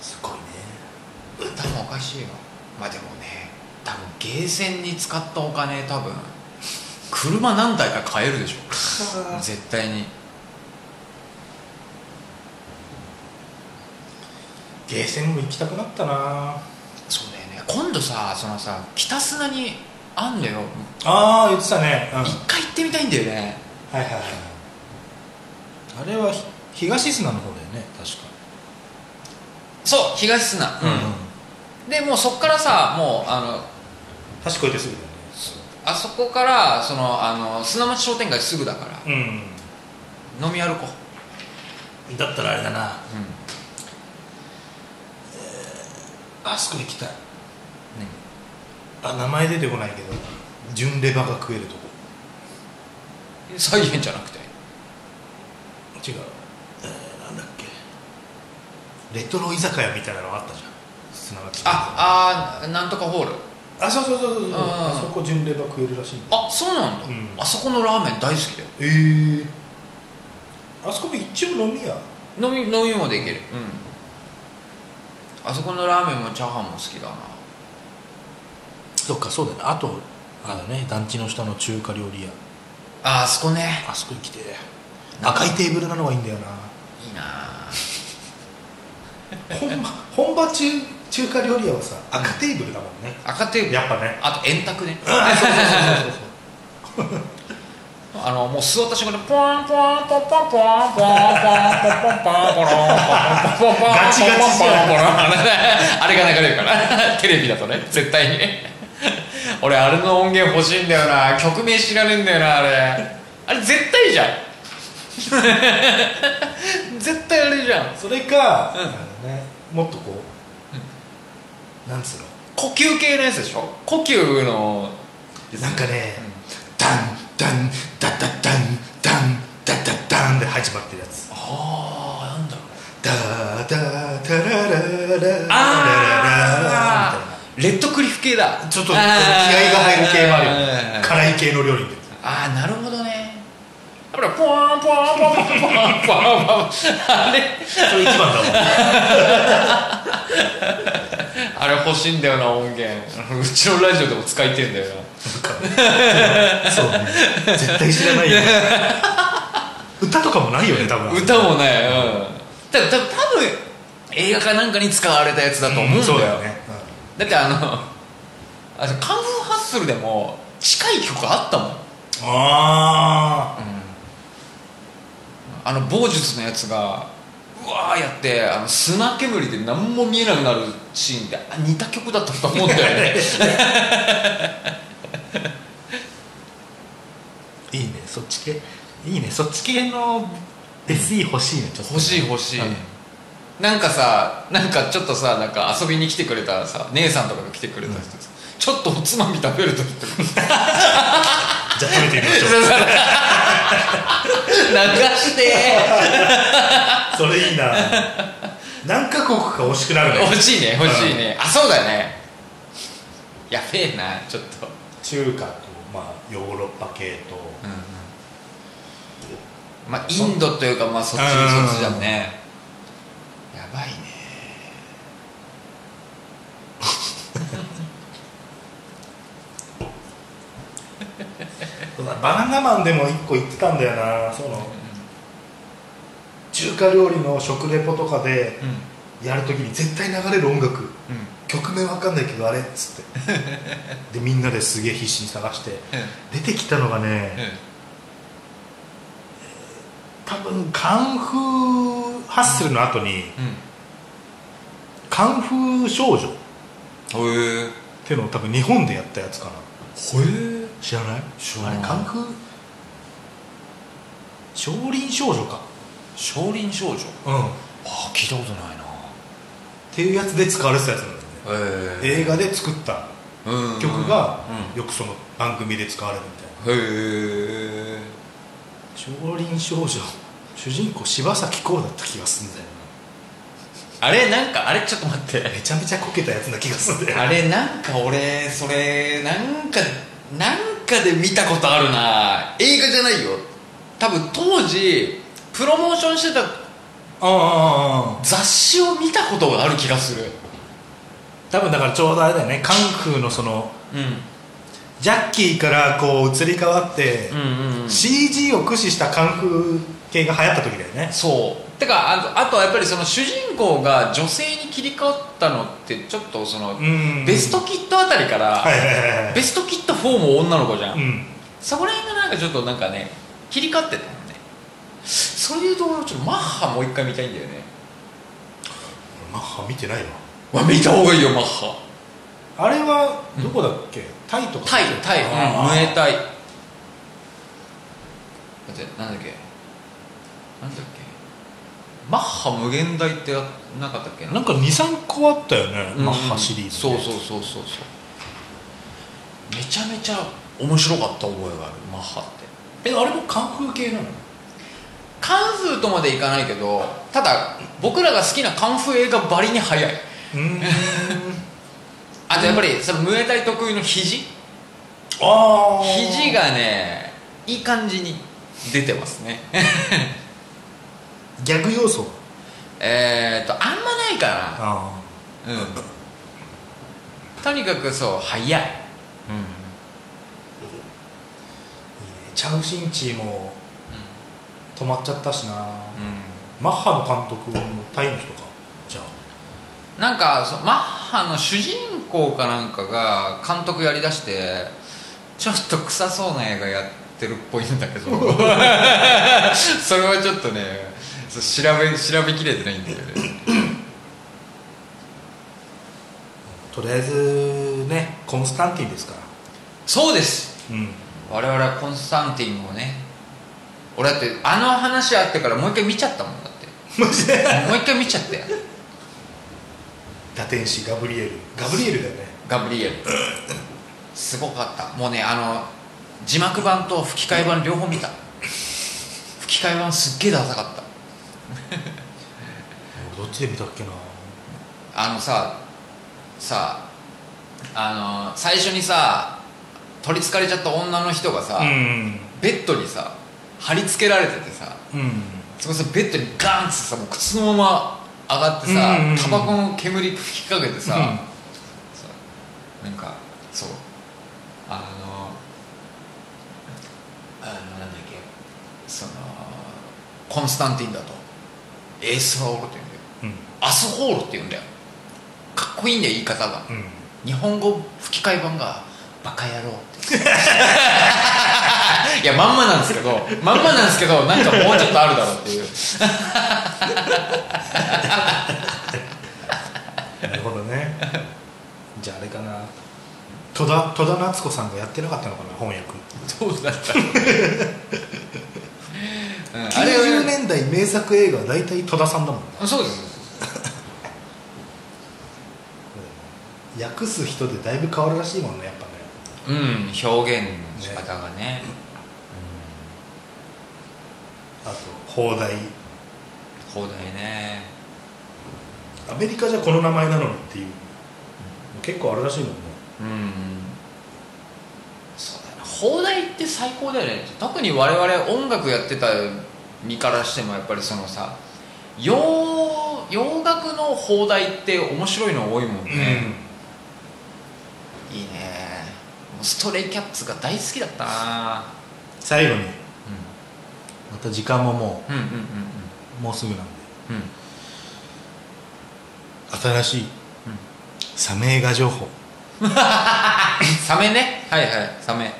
すごいね多分おかしいよまあでもね多分ゲーセンに使ったお金多分車何台か買えるでしょ絶対にゲーセンも行きたくなったなそうだよね今度さそのさ北砂にあんのよああ言ってたね、うん、はい一回行ってみたいんだよねはいはいあれはひ東砂の方だよね確かそう東砂でもうそっからさもうあの確か越えてすぐだよねあそこからそのあの砂町商店街すぐだからう飲み歩こう、んだったらあれだなうん、あそこ行きたい何あ名前出てこないけど純レバが食えるとこ再現じゃなくて違う、えー、なんだっけレトロ居酒屋みたいなのあったじゃん砂町ああーなんとかホールあそうそうそうそううんあそこ純レバ食えるらしいんだあそうなんだ、うんあそこのラーメン大好きだよええあそこも一応飲み屋飲み飲みもできるうんあそこのラーメンもチャーハンも好きだなそっかそうだよねあとあのね団地の下の中華料理屋ああそこねあそこに来て赤いテーブルなのがいいんだよないいな本場本場中中華料理屋はさ赤テーブルだもんね赤テーブルやっぱねあと円卓ねそうそうそうそうあのもう座った瞬間にポワンポワンポンポンポワンポワンポワンポンポンポンポンポンポンポンポンポンポンガチガチじゃポンポンポンんポンあれが流れるからテレビだとね絶対に俺あれの音源欲しいんだよな曲名知らねえんだよなあれあれ絶対じゃん絶対あれじゃんそれか、あのね、もっとこう、なんつうの呼吸系のやつでしょ呼吸のなんかね、ダンダンダダダンダンダダダンで始まってるやつああなんだろうダーダータラララララララみたいあなあレッドクリフ系だちょっと気合が入る系もあるよね辛い系の料理みたいなああなるほどねだからポワンポワンポワンポワンポワンポワンポワンあれそれ一番だもんあれ欲しいんだよな音源うちのラジオでも使いてんだよなそうね絶対知らないよね歌とかもないよね多分歌もねうんだから多分映画かなんかに使われたやつだと思うんだよ,、そうだよね、だってあのあのカンフーハッスルでも近い曲あったもんうんあああの棒術のやつがうわーやってあの砂煙で何も見えなくなるシーンであ似た曲だったと思うんだよ ね いいねそっち系いいねそっち系の SE 欲しいねちょっと欲しい欲しい、うんなんかさなんかちょっとさなんか遊びに来てくれたさ姉さんとかが来てくれた人さ、ちょっとおつまみ食べる時とかじゃあ食べてみましょう 流して それいいな何カ国か欲しくなるね欲しいね欲しいね、あそうだよねやべえなちょっと中華と、まあ、ヨーロッパ系と、まあインドというかまあそっちうんもそっちだねやばいねそうだバナナマンでも一個言ってたんだよなその、中華料理の食レポとかでうんやるときに絶対流れる音楽うん曲名わかんないけどあれっつって でみんなですげえ必死に探して出てきたのがね多分カンフーハッスルの後にカンフー少女っうんうんへえていうのを多分日本でやったやつかなほえ知らない知らあないれカンフー少林少女か少林少女うんっあ聞いたことないなていうやつで使われてたやつなんだよねへ映画で作ったえ曲がうよくその番組で使われるみたいなんへえ少林少女主人公柴咲コウだった気がすんだよあれなんかあれちょっと待って なめちゃめちゃこけたやつな気がすんだよなあれなんか俺それなんかなんかで見たことあるな映画じゃないよ多分当時プロモーションしてたああ雑誌を見たことがある気がする多分だからちょうどあれだよねカンフーのそのうジャッキーからこう移り変わって、んうんうん CG を駆使したカンフー系が流行った時だよねそうてかあとあとはやっぱりその主人公が女性に切り替わったのってちょっとそのんベストキットあたりから、はいはいはいはいベストキット4も女の子じゃん、うんそこら辺がなんかちょっとなんかね切り替わってたもんねそれでいうと俺ちょっとマッハもう一回見たいんだよねマッハ見てないなわ見た方がいいよマッハあれはどこだっけ、タイとかタイタイ、うん、ムエタイだってなんだっけなんだっけマッハ無限大ってあなかったっけなんか23個あったよね、うんマッハシリーズそね、うそうそうそうそうめちゃめちゃ面白かった覚えがあるマッハってえあれもカンフー系なのカンフーとまでいかないけどただ僕らが好きなカンフー映画ばりに早いうー んあとやっぱりそのムエタイ特有の肘ああ肘がねいい感じに出てますね ギャグ要素えーっとあんまないかあな うんとにかくそう早いチャウシンチーも止まっちゃったしな、うん、マッハの監督もタイの人かじゃあなんかそマッハの主人公かなんかが監督やりだしてちょっと臭そうな映画やってるっぽいんだけど それはちょっとねそう調べ調べきれてないんだよねとりあえずねコンスタンティンですからそうですうん我々はコンスタンティンをね俺だってあの話あってからもう一回見ちゃったもんだってマジでもう一回見ちゃったよ打天使ガブリエルガブリエルだよねガブリエルすごかったもうねあの字幕版と吹き替え版両方見た吹き替え版すっげえダサかった俺どっちで見たっけなあのささあの最初にさ取りつかれちゃった女の人がさ、んベッドにさ貼り付けられててさうんそこさベッドにガーンってさもう靴のまま上がってさうんうんうんタバコの煙吹きかけてさ、うんさなんかそうあのあのなんだっけそのコンスタンティンだとエースはおるというんだようんアスホールって言うんだよかっこいいんだよ言い方がうん日本語吹き替え版が「バカ野郎」って いやまんまなんですけどまんまなんですけどなんかもうちょっとあるだろうっていうなるほどね じゃああれかな戸田戸田夏子さんがやってなかったのかな翻訳どうだったろうね、うんあれはね90年代名作映画は大体戸田さんだもんねそうです訳す人でだいぶ変わるらしいもんねやっぱねうん表現の仕方がねあと放題放題ねアメリカじゃこの名前なのにっていう結構あるらしいもんねうんそうだな放題って最高だよね特に我々音楽やってた身からしてもやっぱりそのさ洋洋楽の放題って面白いの多いもんね、いいねもうストレイキャッツが大好きだったな最後にまた時間ももうんうんうんうもうすぐなんでうんうん新しいサメ映画情報サメねはいはいサメ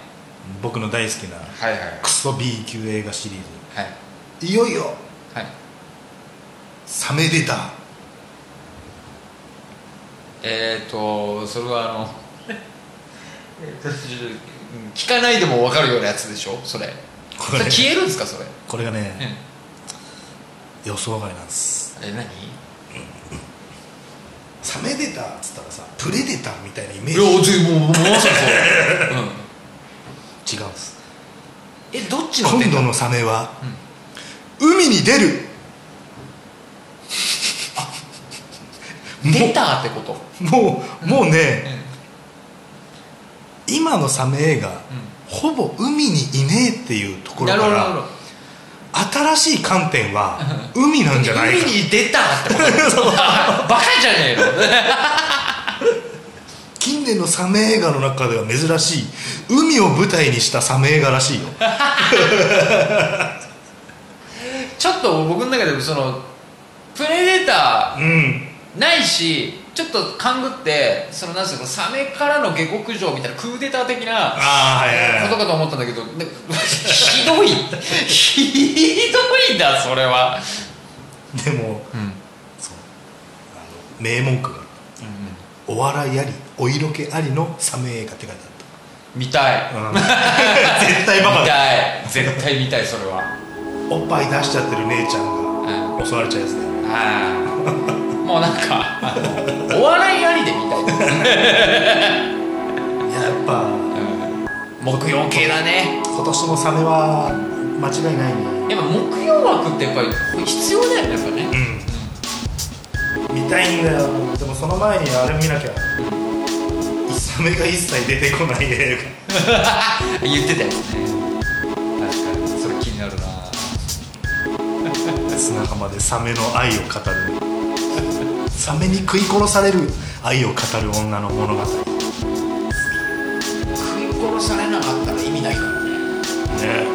僕の大好きなはいはいクソ B 級映画シリーはいズいよいよはいサメ出たえっ、ー、とそれはあのえーとうん聞かないでも分かるようなやつでしょそれこそれれ消えるんですかそれ、これがえね予想外なんですえ何サメ出たっつったらさプレデターみたいなイメいージや全もうもうまさにそう、うん、違うんですえどっちの今度のサメは、海に出る出たってこともうもうね、今のサメ映画、ほぼ海にいねえっていうところなるかほどなるほら新しい観点は海なんじゃどないか海に出たってこと そうバカじゃねえの近年のサメ映画の中では珍しい海を舞台にしたサメ映画 らしいよちょっと僕の中 でそのプレデタうんーないしちょっと勘ぐってそのなんすかサメからの下克上みたいなクーデター的なああはいはいことはいかと思ったんだけどでひどいひどいだそれはでもうんそうあの名文句が「お笑いありお色気ありのサメ映画」って書いて見たいあった、うん絶対バカ見だたい絶対見たいそれ はおっぱい出しちゃってる姉ちゃうんんが襲われちゃうやつだよねはいもうなんかあのお笑いありで見たいいややっぱ木曜系だね今年のサメは間違いないねやっぱ木曜枠ってやっぱり必要だよねやっぱ ねうん見たいんだよでもその前にあれ見なきゃサメが一切出てこない映言ってたよね確かにそれ気になるな画砂浜でサメの愛を語るサメに食い殺される愛を語る女の物語ね食い殺されなかったら意味ないからねでも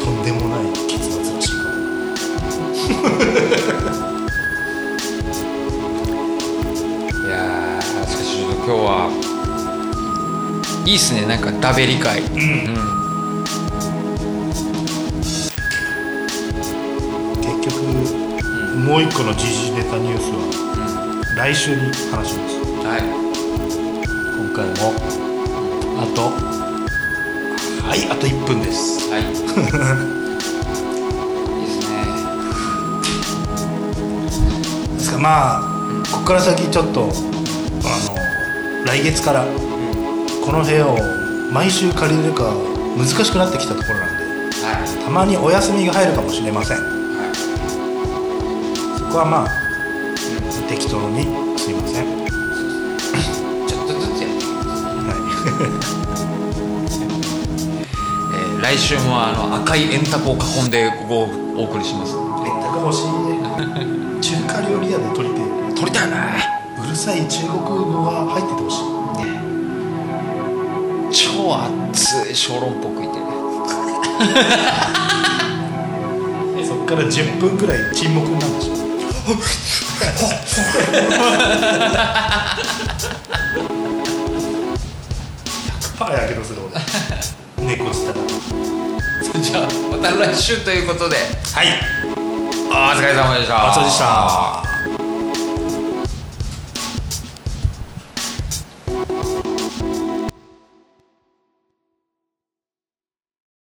とんでもない結末らしいからいやーしかしちょっと今日はいいっすねなんかダベリ会うん、結局、もう一個の時事ネタニュースは、来週に話しますはい今回もあとはいあと1分ですはいいいっすねですからまあここから先ちょっとあの来月からこの部屋を毎週借りるか難しくなってきたところなんではいたまにお休みが入るかもしれませんはいそこはまあ適当にすいませんちょっとずつやっていきますはえー来週もあの赤い円卓を囲んでここをお送りします いレンタカー欲しい中華料理屋で撮りてえ撮りたいねうるさい中国語が入っててほしい超熱い小籠包食いてそそっから10分ぐらい沈黙になるんですよ100%やけどす る俺猫舌だじゃあまた来週ということではいお疲れ様でしたあそうでした